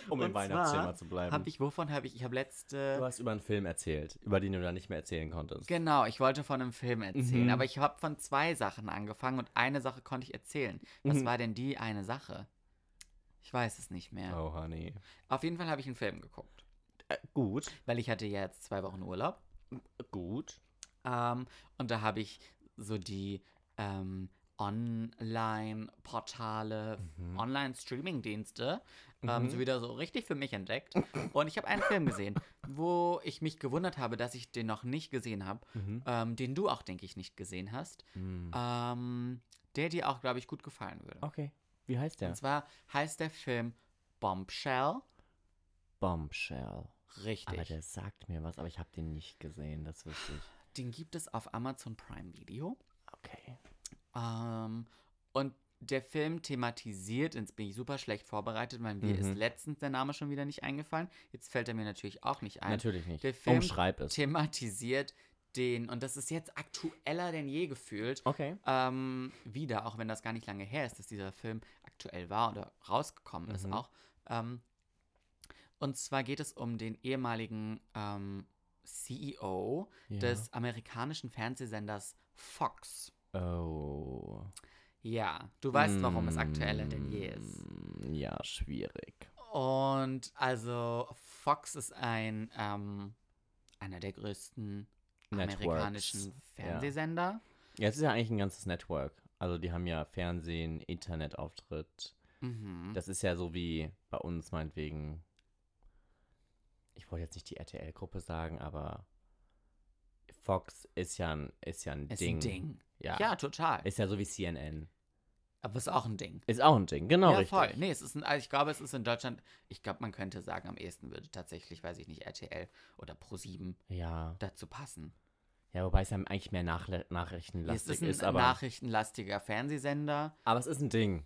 B: um
A: Und
B: im Weihnachtsthema
A: zwar
B: zu bleiben.
A: Hab ich, wovon habe ich? Ich habe letzte.
B: Ähm. du hast über einen Film erzählt, über den du dann nicht mehr erzählen konntest.
A: Genau, ich wollte von einem Film erzählen,
B: Mhm.
A: aber ich habe von zwei Sachen angefangen und eine Sache konnte ich erzählen. Was
B: Mhm.
A: war denn die eine Sache? Ich weiß es nicht mehr.
B: Oh, honey.
A: Auf jeden Fall habe ich einen Film geguckt,
B: Äh, gut.
A: weil ich hatte ja jetzt zwei Wochen Urlaub
B: Gut.
A: ähm, und da habe ich so die ähm, Online-Portale,
B: Mhm.
A: Online-Streaming-Dienste ähm, so wieder so richtig für mich entdeckt und ich habe einen Film gesehen, wo ich mich gewundert habe, dass ich den noch nicht gesehen habe, ähm, den du auch, denke ich, nicht gesehen hast.
B: Mhm. Oh,
A: Ähm, der dir auch, glaube ich, gut gefallen würde.
B: Okay. Wie heißt der?
A: Und zwar heißt der Film Bombshell.
B: Bombshell. Aber
A: Richtig.
B: der sagt mir was, aber ich habe den nicht gesehen, das wüsste ich.
A: Den gibt es auf Amazon Prime Video.
B: Okay.
A: Ähm, und der Film thematisiert, jetzt bin ich super schlecht vorbereitet, weil mir
B: Mhm.
A: ist letztens der Name schon wieder nicht eingefallen. Jetzt fällt er mir natürlich auch nicht ein.
B: Natürlich nicht.
A: Der Film
B: Umschreib es.
A: thematisiert den, und das ist jetzt aktueller denn je gefühlt,
B: Okay.
A: ähm, wieder, auch wenn das gar nicht lange her ist, dass dieser Film aktuell war oder rausgekommen ist
B: Mhm.
A: auch. Ähm, und zwar geht es um den ehemaligen ähm, CEO
B: Ja.
A: des amerikanischen Fernsehsenders Fox.
B: Oh.
A: Ja, du weißt, warum es aktueller denn je ist.
B: Mm, Ja, schwierig.
A: Und also Fox ist ein ähm, einer der größten
B: Networks,
A: amerikanischen
B: ja.
A: Fernsehsender.
B: Ja, es ist ja eigentlich ein ganzes Network. Also die haben ja Fernsehen, Internetauftritt.
A: Mhm.
B: Das ist ja so wie bei uns meinetwegen. Ich wollte jetzt nicht die RTL-Gruppe sagen, aber Fox ist ja ein, ist ja ein,
A: ist
B: Ding.
A: ein Ding.
B: Ja.
A: Ja, total.
B: Ist ja so wie CNN.
A: Aber ist auch ein Ding.
B: Ist auch ein Ding, genau
A: ja,
B: richtig.
A: voll. Nee, es ist ein, also ich glaube, es ist in Deutschland, ich glaube, man könnte sagen, am ehesten würde tatsächlich, weiß ich nicht, RTL oder Pro7
B: Ja.
A: dazu passen.
B: Ja, wobei es ja eigentlich mehr Nachle
A: Es
B: Nachrichtenlastig
A: ist
B: ist,
A: ein
B: aber,
A: nachrichtenlastiger Fernsehsender.
B: aber es ist ein Ding.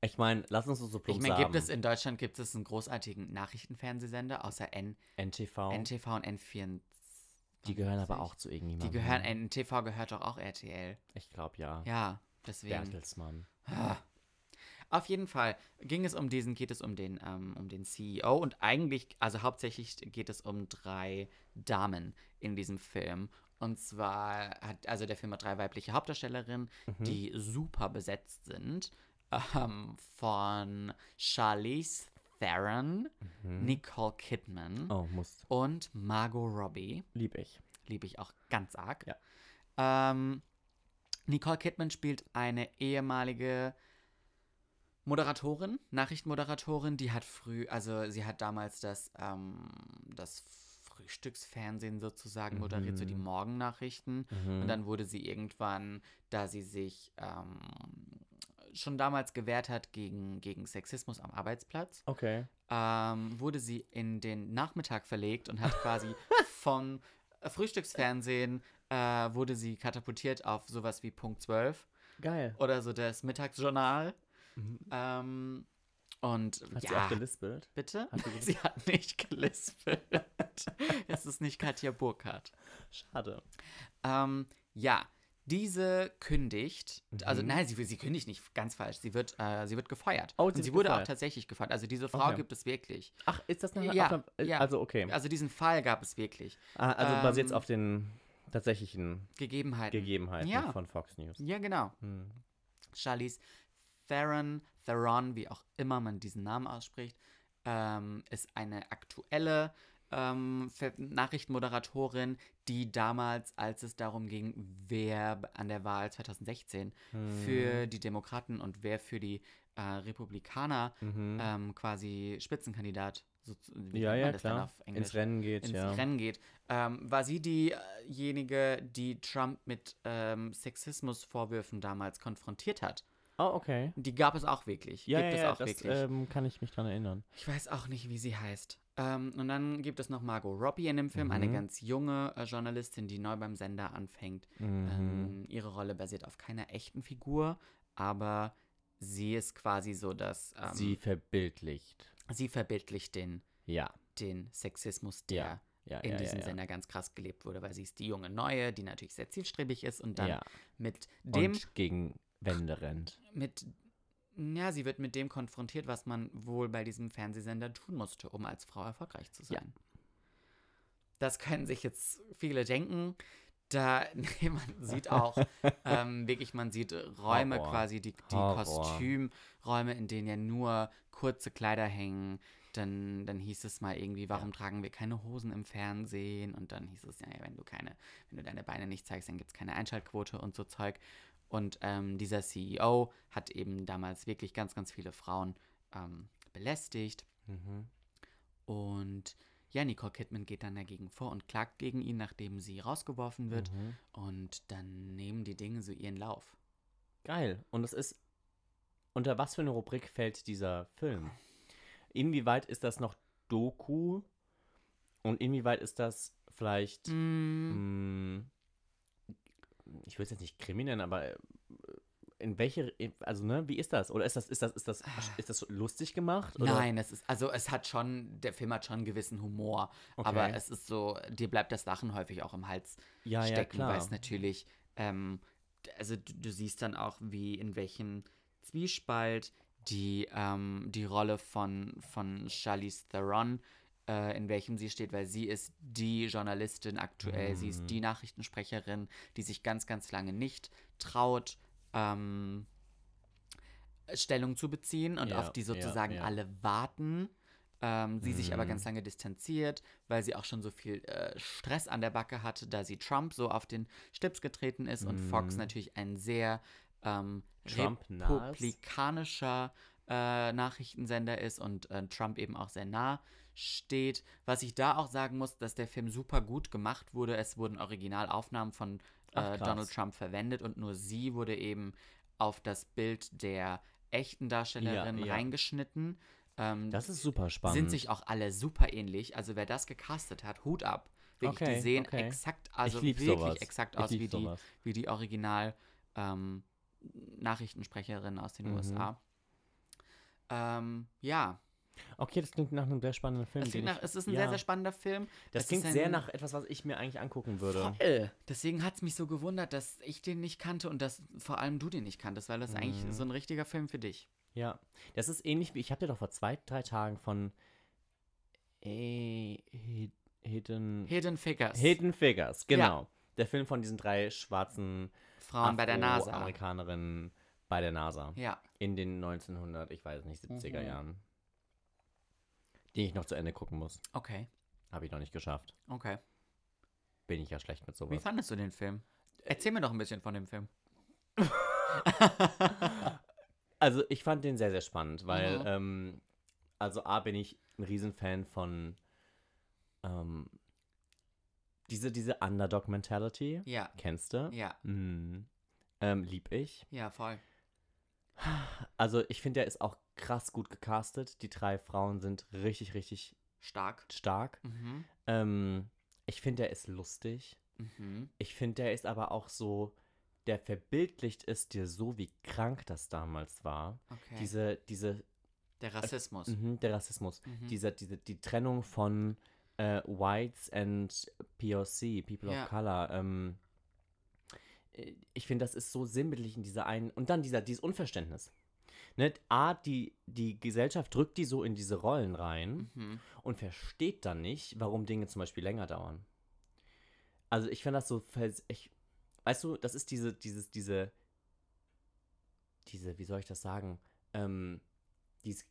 B: Ich meine, lass uns das so plump
A: ich meine, gibt
B: sagen.
A: es in Deutschland gibt es einen großartigen Nachrichtenfernsehsender, außer N,
B: NTV,
A: NTV und N24.
B: Genau. die gehören aber auch zu
A: Die
B: irgendjemandem.
A: gehören, NTV gehört doch auch RTL.
B: Ich glaube, ja.
A: Ja, deswegen.
B: Bertelsmann.
A: Auf jeden Fall ging es um diesen, geht es um den, ähm, um den CEO und eigentlich, also hauptsächlich geht es um drei Damen in diesem Film. Und zwar hat, also der Film hat drei weibliche Hauptdarstellerinnen,
B: Mhm.
A: die super besetzt sind. Ähm, von Charlize Theron, Nicole Kidman
B: Mhm. Oh, muss.
A: und Margot Robbie
B: Lieb ich.
A: liebe ich auch ganz arg.
B: Ja.
A: Ähm, Nicole Kidman spielt eine ehemalige Moderatorin, Nachrichtenmoderatorin, die hat früh, also sie hat damals das, ähm, das Frühstücksfernsehen sozusagen moderiert, so die Morgennachrichten. Und dann wurde sie irgendwann, da sie sich ähm, schon damals gewehrt hat gegen, gegen Sexismus am Arbeitsplatz,
B: Okay.
A: ähm, wurde sie in den Nachmittag verlegt
B: <laughs>
A: und hat quasi vom Frühstücksfernsehen äh, wurde sie katapultiert auf sowas wie Punkt 12
B: Geil.
A: oder so das Mittagsjournal. Ähm, und
B: Mhm. Hat sie auch
A: ja,
B: gelispelt?
A: bitte?
B: Hat
A: <laughs>
B: sie
A: sie hat nicht gelispelt. <laughs> es ist nicht Katja Burkhardt.
B: Schade.
A: Ähm, ja, Diese kündigt, also
B: Mhm.
A: nein, sie, sie kündigt nicht, ganz falsch, sie wird, äh, sie wird gefeuert.
B: Oh,
A: und
B: sie
A: sie
B: wird
A: wurde auch
B: gefeuert.
A: tatsächlich gefeuert. Also diese Frau
B: Okay.
A: gibt es wirklich.
B: Ach, ist das eine
A: Ja,
B: auf einer-
A: ja.
B: Also okay.
A: Also diesen Fall gab es wirklich.
B: Ah, also basiert es
A: ähm,
B: auf den tatsächlichen
A: Gegebenheiten.
B: Gegebenheiten
A: Ja.
B: von Fox News.
A: ja, genau.
B: Hm.
A: Charlize Theron, Theron, wie auch immer man diesen Namen ausspricht, ähm, ist eine aktuelle ähm, Ver- Nachrichtenmoderatorin, die damals, als es darum ging, wer an der Wahl 2016
B: Hm.
A: für die Demokraten und wer für die äh, Republikaner
B: Mhm.
A: ähm, quasi Spitzenkandidat, so, wie
B: ja,
A: nennt man
B: ja,
A: das dann
B: klar.
A: auf Englisch?
B: Ins Rennen geht,
A: ins
B: ja.
A: Rennen geht, ähm, war sie diejenige, die Trump mit ähm, Sexismusvorwürfen damals konfrontiert hat.
B: Oh, okay.
A: Die gab es auch wirklich.
B: Ja,
A: gibt
B: ja,
A: es
B: ja,
A: auch
B: das
A: wirklich.
B: ähm, kann ich mich dran erinnern.
A: ich weiß auch nicht, wie sie heißt. Ähm, und dann gibt es noch Margot Robbie in dem Film, eine
B: Mhm.
A: ganz junge äh, Journalistin, die neu beim Sender anfängt.
B: Mhm.
A: Ähm, ihre Rolle basiert auf keiner echten Figur, aber sie ist quasi so, dass ähm,
B: Sie
A: sie.
B: verbildlicht.
A: verbildlicht den,
B: Ja,
A: den Sexismus, der
B: Ja, ja,
A: in
B: ja,
A: diesem
B: ja, ja.
A: Sender ganz krass gelebt wurde, weil sie ist die junge Neue, die natürlich sehr zielstrebig ist und dann
B: ja.
A: mit dem
B: und gegen Wände rennt.
A: mit, ja, sie wird mit dem konfrontiert, was man wohl bei diesem Fernsehsender tun musste, um als Frau erfolgreich zu sein. Das können sich jetzt viele denken. Da, <laughs> nee, man sieht
B: <laughs>
A: auch, ähm, wirklich, man sieht Räume
B: Horror.
A: quasi, die, die
B: Horror.
A: Kostümräume, in denen ja nur kurze Kleider hängen. Dann, dann hieß es mal irgendwie, warum tragen wir keine Hosen im Fernsehen? Und dann hieß es, ja, wenn du keine, wenn du deine Beine nicht zeigst, dann gibt es keine Einschaltquote und so Zeug. Und ähm, dieser CEO hat eben damals wirklich ganz, ganz viele Frauen ähm, belästigt. Und ja, Nicole Kidman geht dann dagegen vor und klagt gegen ihn, nachdem sie rausgeworfen
B: Mhm.
A: wird. Und dann nehmen die Dinge so ihren Lauf.
B: Geil. Und es ist. Unter was für eine Rubrik fällt dieser Film? Inwieweit ist das noch Doku? Und inwieweit ist das vielleicht.
A: Mhm.
B: mh, ich will es jetzt nicht kriminell, aber äh, in welche. Also, ne, wie ist das? Oder ist das, ist das, ist das, ist das lustig gemacht? Oder?
A: Nein, es ist, also es hat schon, der Film hat schon einen gewissen Humor,
B: Okay.
A: aber es ist so, dir bleibt das Lachen häufig auch im Hals
B: ja, ja,
A: stecken, ne?
B: klar.
A: weil es natürlich, ähm, d- also du, du siehst dann auch, wie in welchem Zwiespalt die, ähm, die Rolle von, von Charlize Theron, äh, in welchem sie steht, weil sie ist die Journalistin aktuell, sie ist
B: Mhm.
A: die Nachrichtensprecherin, die sich ganz, ganz lange nicht traut, ähm, Stellung zu beziehen und
B: Ja,
A: auf die
B: ja,
A: sozusagen
B: ja.
A: alle warten. Ähm, sie sich aber
B: Mhm.
A: ganz lange distanziert, weil sie auch schon so viel äh, Stress an der Backe hatte, da sie Trump so auf den Stips getreten ist und Fox
B: Mhm.
A: natürlich ein sehr ähm,
B: Trump-nahes.
A: republikanischer äh, Nachrichtensender ist und äh, Trump eben auch sehr nah steht. Was ich da auch sagen muss, dass der Film super gut gemacht wurde. Es wurden Originalaufnahmen von
B: Ach,
A: äh,
B: krass.
A: Donald Trump verwendet und nur sie wurde eben auf das Bild der echten Darstellerin
B: Ja, ja.
A: reingeschnitten. Ähm,
B: Das ist super spannend.
A: sind sich auch alle super ähnlich. Also wer das gecastet hat, Hut ab. Wirklich,
B: Okay,
A: die sehen
B: okay.
A: exakt, also
B: ich lieb
A: wirklich
B: sowas.
A: exakt
B: ich
A: aus
B: lieb
A: wie die,
B: sowas.
A: wie die Original ähm, Nachrichtensprecherin aus den
B: Mhm.
A: USA. Ähm, ja,
B: Okay, das klingt nach einem sehr spannenden Film.
A: es, klingt
B: den ich-
A: nach, es ist ein
B: ja.
A: sehr, sehr spannender Film.
B: Das
A: es
B: klingt
A: ist ein,
B: sehr nach etwas, was ich mir eigentlich angucken würde.
A: Voll. Deswegen hat es mich so gewundert, dass ich den nicht kannte und dass vor allem du den nicht kanntest, weil das
B: Mhm.
A: eigentlich so ein richtiger Film für dich.
B: Ja. Das ist ähnlich wie, ich habe dir doch vor zwei, drei Tagen von äh, Hid- Hidden,
A: Hidden Figures.
B: Hidden Figures, genau. Der Film von diesen drei schwarzen
A: Frauen
B: oh,
A: bei der NASA.
B: Amerikanerinnen bei der NASA.
A: Ja.
B: In den 1900, ich weiß nicht, 70er
A: Mhm.
B: Jahren. Den ich noch zu Ende gucken muss.
A: Okay.
B: Habe ich noch nicht geschafft.
A: Okay.
B: Bin ich ja schlecht mit
A: Wie
B: sowas.
A: fandest du den Film? Erzähl mir doch ein bisschen von dem Film.
B: Also ich fand den sehr, sehr spannend, weil,
A: Mhm.
B: ähm, also A bin ich ein Riesenfan von ähm, diese, diese Underdog-Mentality.
A: Ja,
B: Kennst du?
A: ja,
B: Mhm. Ähm, lieb ich.
A: ja, voll.
B: Also ich finde, der ist auch krass gut gecastet. Die drei Frauen sind richtig, richtig
A: Stark.
B: stark.
A: Mhm.
B: Ähm, ich finde, der ist lustig.
A: Mhm.
B: Ich finde, der ist aber auch so, der verbildlicht ist dir so, wie krank das damals war.
A: Okay.
B: Diese, diese
A: der Rassismus.
B: Mhm, der Rassismus.
A: Mhm.
B: Dieser, diese, die Trennung von äh, Whites and POC, People
A: Ja.
B: of Color, ähm, äh, ich finde, das ist so sinnbildlich in dieser einen. Und dann dieser, dieses Unverständnis. Ne? A, die, die Gesellschaft drückt die so in diese Rollen rein
A: Mhm.
B: und versteht dann nicht, warum Dinge zum Beispiel länger dauern. Also ich finde das so, vers- ich, weißt du, das ist diese, dieses, diese, diese, wie soll ich das sagen, ähm, dieses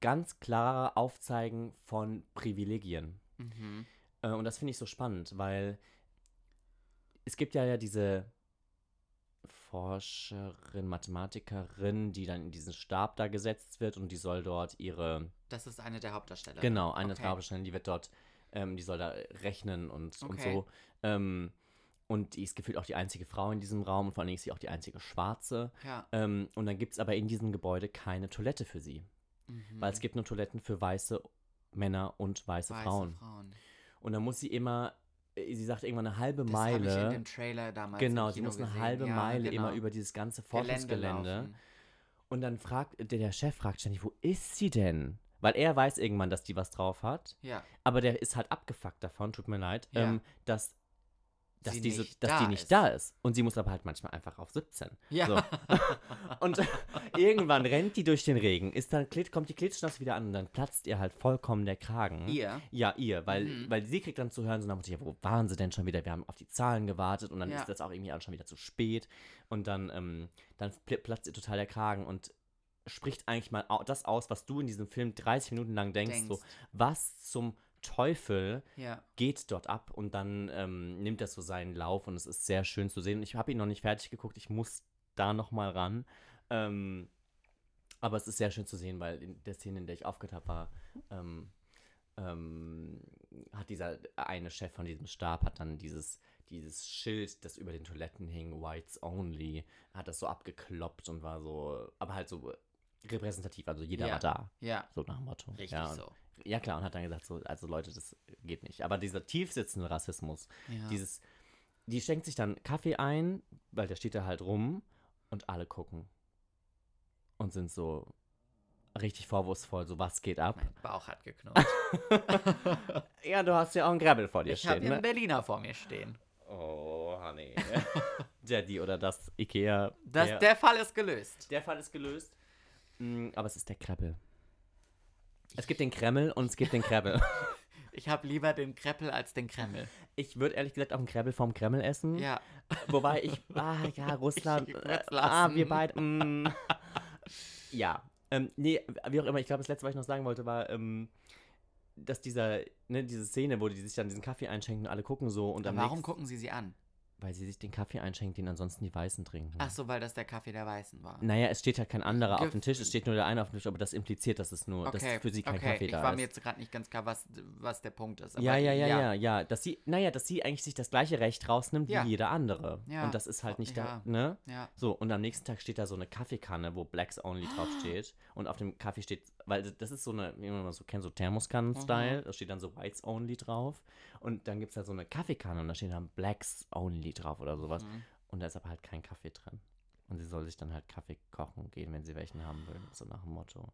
B: ganz klare Aufzeigen von Privilegien.
A: Mhm.
B: Äh, und das finde ich so spannend, weil es gibt ja, ja diese Forscherin, Mathematikerin, die dann in diesen Stab da gesetzt wird und die soll dort ihre
A: Das ist eine der Hauptdarsteller.
B: Genau, eine
A: Okay.
B: okay. die wird dort, ähm, die soll da rechnen und, und
A: Okay.
B: so. Ähm, und die ist gefühlt auch die einzige Frau in diesem Raum und vor allen Dingen ist sie auch die einzige Schwarze.
A: Ja.
B: Ähm, und dann gibt es aber in diesem Gebäude keine Toilette für sie,
A: Mhm.
B: weil es gibt nur Toiletten für weiße Männer und weiße,
A: Weiße
B: Frauen. Und dann muss sie immer, äh, sie sagt irgendwann eine halbe
A: Das habe ich in
B: Meile.
A: dem Trailer damals
B: Genau,
A: im
B: sie
A: Kino
B: muss eine
A: gesehen.
B: halbe
A: ja,
B: Meile
A: genau.
B: immer über dieses ganze
A: Gelände
B: Forschungsgelände.
A: laufen.
B: Und dann fragt, der, der Chef fragt ständig, wo ist sie denn? Weil er weiß irgendwann, dass die was drauf hat.
A: Ja.
B: Aber der ist halt abgefuckt davon, tut mir leid,
A: Ja.
B: ähm, dass, dass,
A: Sie
B: diese,
A: nicht
B: dass
A: da
B: die nicht
A: ist.
B: da ist. Und sie muss aber halt manchmal einfach auf 17.
A: Ja.
B: So. hm?
A: <laughs>
B: Und irgendwann rennt die durch den Regen, ist dann, klit- kommt die Klitschnass wieder an und dann platzt ihr halt vollkommen der Kragen.
A: Ihr.
B: Ja, ihr, weil,
A: Mhm.
B: weil sie kriegt dann zu hören, so nach dem Motto, ja, wo waren sie denn schon wieder? Wir haben auf die Zahlen gewartet und dann
A: Ja.
B: ist das auch irgendwie alles schon wieder zu spät. Und dann, ähm, dann pl- platzt ihr total der Kragen und spricht eigentlich mal au- das aus, was du in diesem Film 30 Minuten lang denkst, so,
A: Denkst.
B: was zum Teufel
A: Ja.
B: geht dort ab und dann ähm, nimmt das so seinen Lauf und es ist sehr schön zu sehen. Und ich habe ihn noch nicht fertig geguckt, ich muss da nochmal ran. Ähm, aber es ist sehr schön zu sehen, weil in der Szene, in der ich aufgetappt war, ähm, ähm, hat dieser eine Chef von diesem Stab hat dann dieses, dieses Schild, das über den Toiletten hing, Whites Only, hat das so abgekloppt und war so, aber halt so repräsentativ, also jeder
A: Ja.
B: war da,
A: Ja.
B: so nach dem Motto.
A: Richtig
B: ja, und
A: so.
B: ja, klar, und hat dann gesagt, so, also Leute, das geht nicht. Aber dieser tiefsitzende Rassismus,
A: Ja.
B: dieses, die schenkt sich dann Kaffee ein, weil der steht da halt rum und alle gucken. Und sind so richtig vorwurfsvoll, so was geht ab.
A: mein Bauch hat geknurrt.
B: Ja, du hast ja auch einen Grabbel vor dir
A: Ich habe
B: stehen,
A: hier einen
B: ne?
A: Berliner vor mir stehen.
B: Oh, <laughs> honey. der, die oder das Ikea.
A: Das,
B: der,
A: Der Fall ist gelöst.
B: der Fall ist gelöst. Mm, aber es ist der Kreppel. Es gibt den Kreml und es gibt den <laughs> Kreppel.
A: Ich habe lieber den Kreppel als den Kreml.
B: Ich würde ehrlich gesagt auch einen Kreppel vom Kreml essen.
A: Ja. <laughs>
B: Wobei ich, ah ja, Russland,
A: Ich
B: äh,
A: würd's
B: ah,
A: lassen.
B: wir
A: <laughs>
B: beide, mm, ja. Ähm, nee, wie auch immer, ich glaube, das Letzte, was ich noch sagen wollte, war, ähm, dass dieser, ne, diese Szene, wo die sich dann diesen Kaffee einschenken und alle gucken so und am
A: Aber warum
B: nächsten-
A: gucken sie sie an?
B: Weil sie sich den Kaffee einschenken, den ansonsten die Weißen trinken.
A: Ach so, weil das der Kaffee der Weißen war.
B: Naja, es steht halt kein anderer auf
A: Ge-
B: dem Tisch, es steht nur der eine auf dem Tisch, aber das impliziert, dass es nur, dass für sie kein
A: okay.
B: Kaffee
A: ich
B: da
A: war
B: ist.
A: mir jetzt gerade nicht ganz klar, was, was der Punkt ist.
B: ja,
A: aber
B: ja, ja, ja, ja, Dass sie, naja, dass sie eigentlich sich das gleiche Recht rausnimmt
A: Ja.
B: wie jeder andere.
A: Ja.
B: Und das ist halt
A: Voll-
B: nicht
A: ja.
B: da, ne?
A: Ja.
B: So, und am nächsten Tag steht da so eine Kaffeekanne, wo Blacks Only
A: <gasps>
B: draufsteht. Und auf dem Kaffee steht, weil das ist so eine, wie man so kennt, so
A: Mhm.
B: Thermoskannen-Style. Da steht dann so Whites Only drauf. Und dann gibt es da so eine Kaffeekanne und da steht dann Blacks Only drauf oder sowas.
A: Mhm.
B: Und da ist aber halt kein Kaffee drin. Und sie soll sich dann halt Kaffee kochen gehen, wenn sie welchen haben will, so nach dem Motto.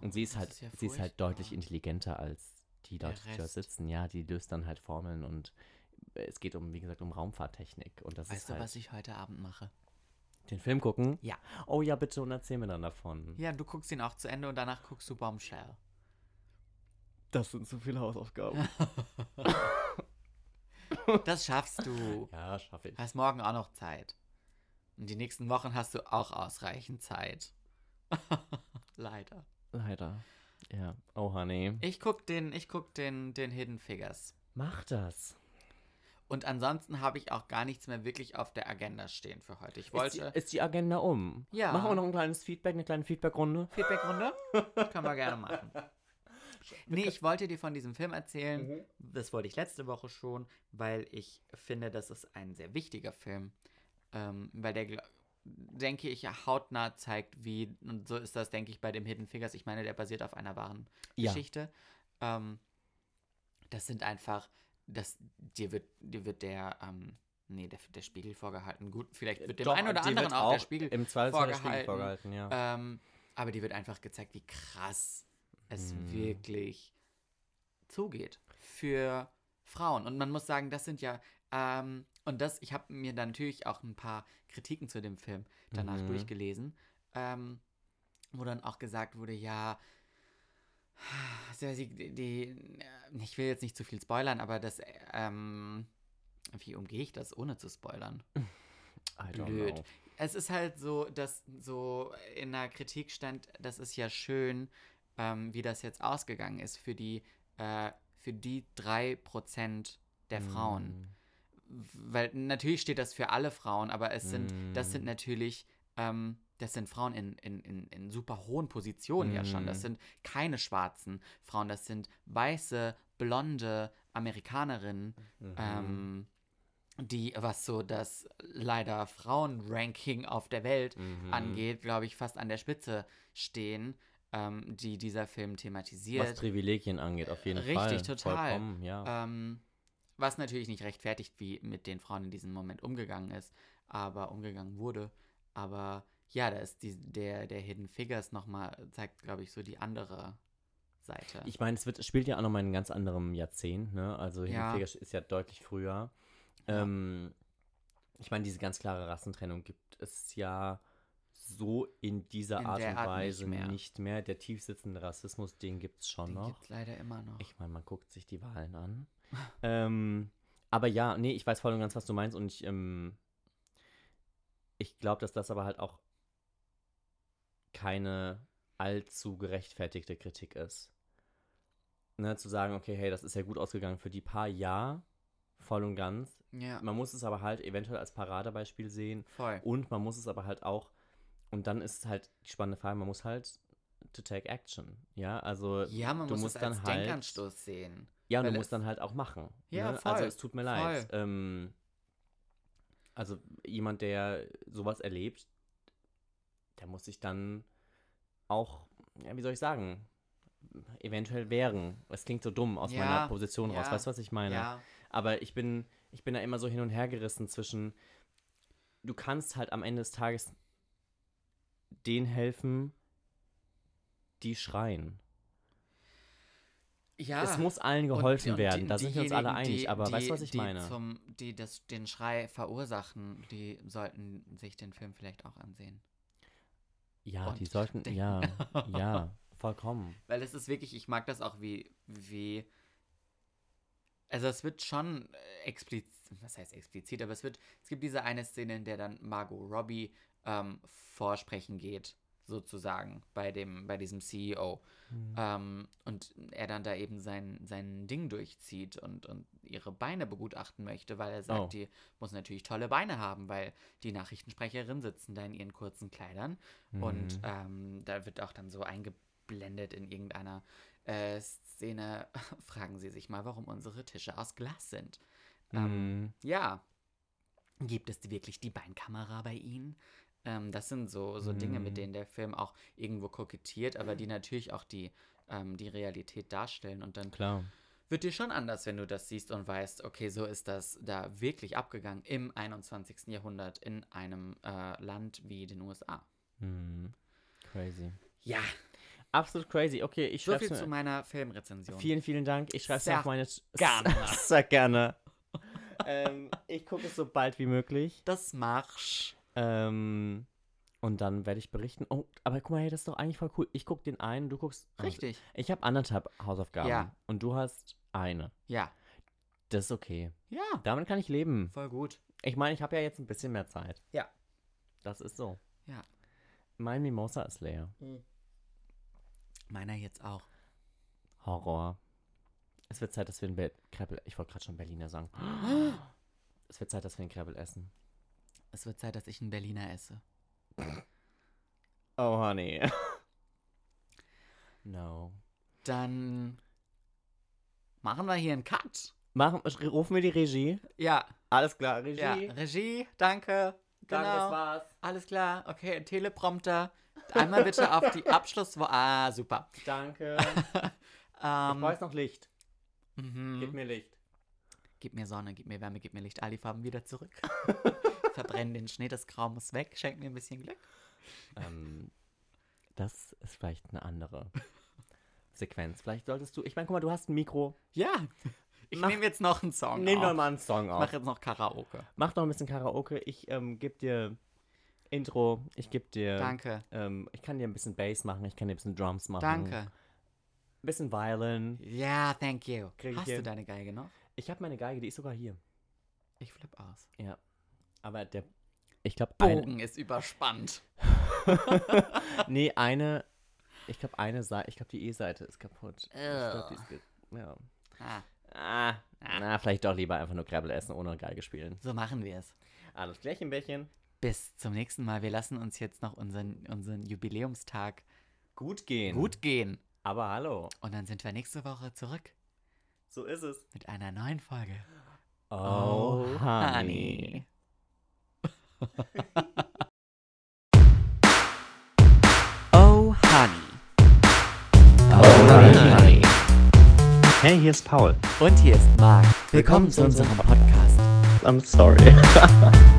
B: Und sie ist
A: Oh, das
B: halt,
A: ist ja
B: sie ist halt deutlich
A: furchtbar.
B: intelligenter als die
A: Der
B: Leute, die dort
A: Rest.
B: sitzen. Ja, die löst dann halt Formeln und es geht um, wie gesagt, um Raumfahrttechnik. Und das
A: Weißt
B: ist
A: du,
B: halt
A: was ich heute Abend mache?
B: den Film gucken.
A: Ja.
B: Oh ja, bitte und erzähl mir dann davon.
A: Ja, du guckst ihn auch zu Ende und danach guckst du Bombshell.
B: Das sind zu viele Hausaufgaben.
A: Das schaffst du.
B: <laughs> <laughs> ja, schaffe ich.
A: Du hast morgen auch noch Zeit. Und die nächsten Wochen hast du auch ausreichend Zeit. <laughs> Leider.
B: Leider. Ja. Oh, honey.
A: Ich guck den, ich guck den, den Hidden Figures.
B: Mach das.
A: Und ansonsten habe ich auch gar nichts mehr wirklich auf der Agenda stehen für heute. Ich wollte.
B: Ist die, ist die Agenda um?
A: Ja.
B: Machen wir noch ein kleines Feedback, eine kleine Feedbackrunde?
A: Feedbackrunde? Können wir gerne machen. Nee, ich wollte dir von diesem Film erzählen.
B: Mhm.
A: Das wollte ich letzte Woche schon, weil ich finde, das ist ein sehr wichtiger Film. Ähm, weil der, gl- denke ich, hautnah zeigt, wie, und so ist das, denke ich, bei dem Hidden Figures. Ich meine, der basiert auf einer wahren
B: Ja.
A: Geschichte. Ähm, das sind einfach, das, dir wird, dir wird der, ähm, nee, der, der Spiegel vorgehalten. Gut, vielleicht wird dem
B: Äh, Doch,
A: einen oder
B: die
A: anderen
B: wird
A: auch, der Spiegel
B: Im Zweifelsfall der Spiegel
A: vorgehalten.
B: vorgehalten, ja.
A: Ähm, aber die wird einfach gezeigt, wie krass es
B: Mhm.
A: wirklich zugeht für Frauen. Und man muss sagen, das sind ja. Ähm, und Und das, ich habe mir dann natürlich auch ein paar Kritiken zu dem Film danach
B: Mhm.
A: durchgelesen, ähm, wo dann auch gesagt wurde, ja, Cersei, die, die, ich will jetzt nicht zu viel spoilern, aber das, ähm, wie umgehe ich das, ohne zu spoilern?
B: I don't
A: Äh, blöd.
B: know.
A: Es ist halt so, dass so in der Kritik stand, das ist ja schön, ähm, wie das jetzt ausgegangen ist für die, äh, für die 3% der
B: Mhm.
A: Frauen. Weil natürlich steht das für alle Frauen, aber es sind, das sind
B: Mm.
A: natürlich, ähm, das sind Frauen in, in, in, in super hohen Positionen ja schon. Das
B: Mm.
A: sind keine schwarzen Frauen, das sind weiße, blonde Amerikanerinnen
B: Mhm.
A: ähm, die, was so das leider Frauenranking auf der Welt
B: Mhm.
A: angeht, glaube ich, fast an der Spitze stehen, ähm, die dieser Film
B: Was
A: thematisiert.
B: Privilegien angeht, auf jeden
A: Richtig,
B: Fall.
A: total.
B: Vollkommen, ja.
A: ähm, was natürlich nicht rechtfertigt, wie mit den Frauen in diesem Moment umgegangen ist, aber umgegangen wurde. Aber ja, da ist die, der, der Hidden Figures nochmal, zeigt, glaube ich, so die andere Seite.
B: Ich meine, es wird, spielt ja auch nochmal in einem ganz anderem Jahrzehnt, ne? Also
A: Ja.
B: ja. ist ja deutlich früher.
A: Ja.
B: Ähm, ich meine, diese ganz klare Rassentrennung gibt es ja so in dieser
A: In
B: Art
A: der
B: und
A: Art nicht
B: Weise nicht
A: mehr.
B: mehr. Der tiefsitzende Rassismus, den gibt es schon
A: den
B: noch.
A: gibt es leider immer noch.
B: Ich meine, man guckt sich die Wahlen an. ähm, aber ja, nee, ich weiß voll und ganz, was du meinst. Und ich, ähm, ich glaube, dass das aber halt auch keine allzu gerechtfertigte Kritik ist. Ne, zu sagen, okay, hey, das ist ja gut ausgegangen für die paar, ja, voll und ganz.
A: ja,
B: Man muss es aber halt eventuell als Paradebeispiel sehen.
A: voll.
B: Und man muss es aber halt auch, und dann ist halt die spannende Frage, man muss halt to take action. Ja, also
A: Ja, man
B: du
A: muss
B: musst
A: es als
B: dann halt-
A: Denkanstoß sehen.
B: ja, und
A: Weil
B: du
A: es-
B: musst dann halt auch machen.
A: Ja,
B: ne?
A: voll,
B: Also es tut mir leid. Ähm, also jemand, der sowas erlebt, der muss sich dann auch, ja, wie soll ich sagen, eventuell wehren. Es klingt so dumm aus
A: Ja,
B: meiner Position raus.
A: ja,
B: Weißt du, was ich meine?
A: Ja,
B: Aber ich bin, ich bin da immer so hin und her gerissen zwischen, du kannst halt am Ende des Tages denen helfen, die schreien.
A: ja.
B: Es muss allen
A: Und-
B: geholfen
A: und
B: werden,
A: die-
B: da sind wir uns alle
A: diejenigen,
B: einig,
A: die-
B: aber
A: die,
B: weißt du, was ich
A: die
B: meine?
A: Zum, die das, den Schrei verursachen, die sollten sich den Film vielleicht auch ansehen.
B: Ja, die
A: Und
B: sollten,
A: denken. <laughs>
B: ja, ja, vollkommen.
A: Weil es ist wirklich, ich mag das auch wie, wie, also es wird schon äh, explizit, was heißt explizit, aber es wird, es gibt diese eine Szene, in der dann Margot Robbie ähm, vorsprechen geht, sozusagen, bei dem, bei diesem CEO. Ähm, und er dann da eben sein, sein Ding durchzieht und, und ihre Beine begutachten möchte, weil er sagt,
B: Oh.
A: die muss natürlich tolle Beine haben, weil die Nachrichtensprecherinnen sitzen da in ihren kurzen Kleidern.
B: Mhm.
A: Und ähm, da wird auch dann so eingeblendet in irgendeiner äh, Szene, <laughs> fragen Sie sich mal, warum unsere Tische aus Glas sind. Ähm,
B: Mhm.
A: Ja. Gibt es wirklich die Beinkamera bei Ihnen? Ähm, das sind so, so Dinge, mit
B: Mhm.
A: denen der Film auch irgendwo kokettiert, aber die natürlich auch die, ähm, die Realität darstellen. Und dann
B: Klar.
A: wird dir schon anders, wenn du das siehst und weißt, okay, so ist das da wirklich abgegangen im 21. Jahrhundert in einem äh, Land wie den USA.
B: Mhm. Crazy.
A: Ja,
B: Absolut crazy. Okay, ich
A: so
B: schreibe
A: viel zu
B: mir.
A: meiner Filmrezension.
B: Vielen, vielen Dank. Ich schreibe es
A: Sehr
B: auf meine.
A: gerne.
B: <laughs> Sehr gerne. ähm, ich gucke es so bald wie möglich.
A: das Marsch.
B: Ähm, und dann werde ich berichten. Oh, aber guck mal, hey, das ist doch eigentlich voll cool. Ich gucke den einen, du guckst. oh,
A: Richtig.
B: Ich habe anderthalb Hausaufgaben.
A: Ja.
B: Und du hast eine.
A: Ja.
B: Das ist okay.
A: Ja.
B: Damit kann ich leben.
A: Voll gut.
B: Ich meine, ich habe ja jetzt ein bisschen mehr Zeit.
A: Ja.
B: Das ist so.
A: Ja.
B: Mein Mimosa ist leer.
A: Meiner jetzt auch.
B: Horror. Es wird Zeit, dass wir in Be Kreppel. Ich wollte gerade schon
A: <gasps>
B: Berliner sagen. Es wird Zeit, dass wir in Kreppel essen.
A: Es wird Zeit, dass ich einen Berliner esse.
B: Oh, honey. <laughs> no.
A: Dann machen wir hier einen Cut.
B: Machen, rufen wir die Regie.
A: Ja,
B: Alles klar, Regie.
A: ja. Regie, danke.
B: Danke, das
A: genau.
B: war's.
A: Alles klar. Okay, Teleprompter. Einmal bitte auf die Abschlussworte. Ah, super. <laughs>
B: Danke. ich
A: Ähm,
B: weiß noch Licht.
A: mhm.
B: Gib mir Licht.
A: Gib mir Sonne, gib mir Wärme, gib mir Licht. All die Farben wieder <laughs> zurück. Verbrenn den Schnee, das Grau muss weg. Schenk mir ein bisschen Glück.
B: Ähm, das ist
A: <laughs>
B: vielleicht eine andere Sequenz. Vielleicht solltest du. Ich meine, guck mal, du hast ein Mikro.
A: Ja, Ich
B: Mach-
A: nehme jetzt noch einen Song
B: Nehmen wir
A: auf.
B: mal einen Song
A: Ich
B: auf.
A: mache jetzt noch Karaoke.
B: Mach noch ein bisschen Karaoke. Ich ähm, gebe dir Intro. Ich gebe
A: Äh,
B: dir.
A: Danke,
B: Ähm, ich kann dir ein bisschen Bass machen. Ich kann dir ein bisschen Drums machen.
A: danke.
B: Ein bisschen Violin.
A: Ja, thank you.
B: Krieg ich
A: Hast du
B: hin.
A: deine Geige noch?
B: Ich habe meine Geige, die ist sogar hier.
A: Ich flipp aus.
B: Ja. Aber der. Ich glaube, ein,
A: Bogen ist überspannt.
B: nee, eine. Ich glaube, eine Seite. Ich glaube, die E-Seite ist kaputt. Ich glaub, die ist ge ja.
A: Ah,
B: Ah, na, vielleicht doch lieber einfach nur Krebbel essen ohne Geige spielen.
A: so machen wir es.
B: Alles gleich ein Bärchen.
A: Bis zum nächsten Mal. Wir lassen uns jetzt noch unseren, unseren Jubiläumstag
B: Gut gehen.
A: gut gehen.
B: Aber hallo.
A: Und dann sind wir nächste Woche zurück
B: So ist es.
A: mit einer neuen Folge.
B: Oh, <laughs> honey.
A: oh, honey.
C: Hey, here's Paul.
A: Und hier ist Marc. Willkommen zu unserem Podcast.
C: I'm sorry.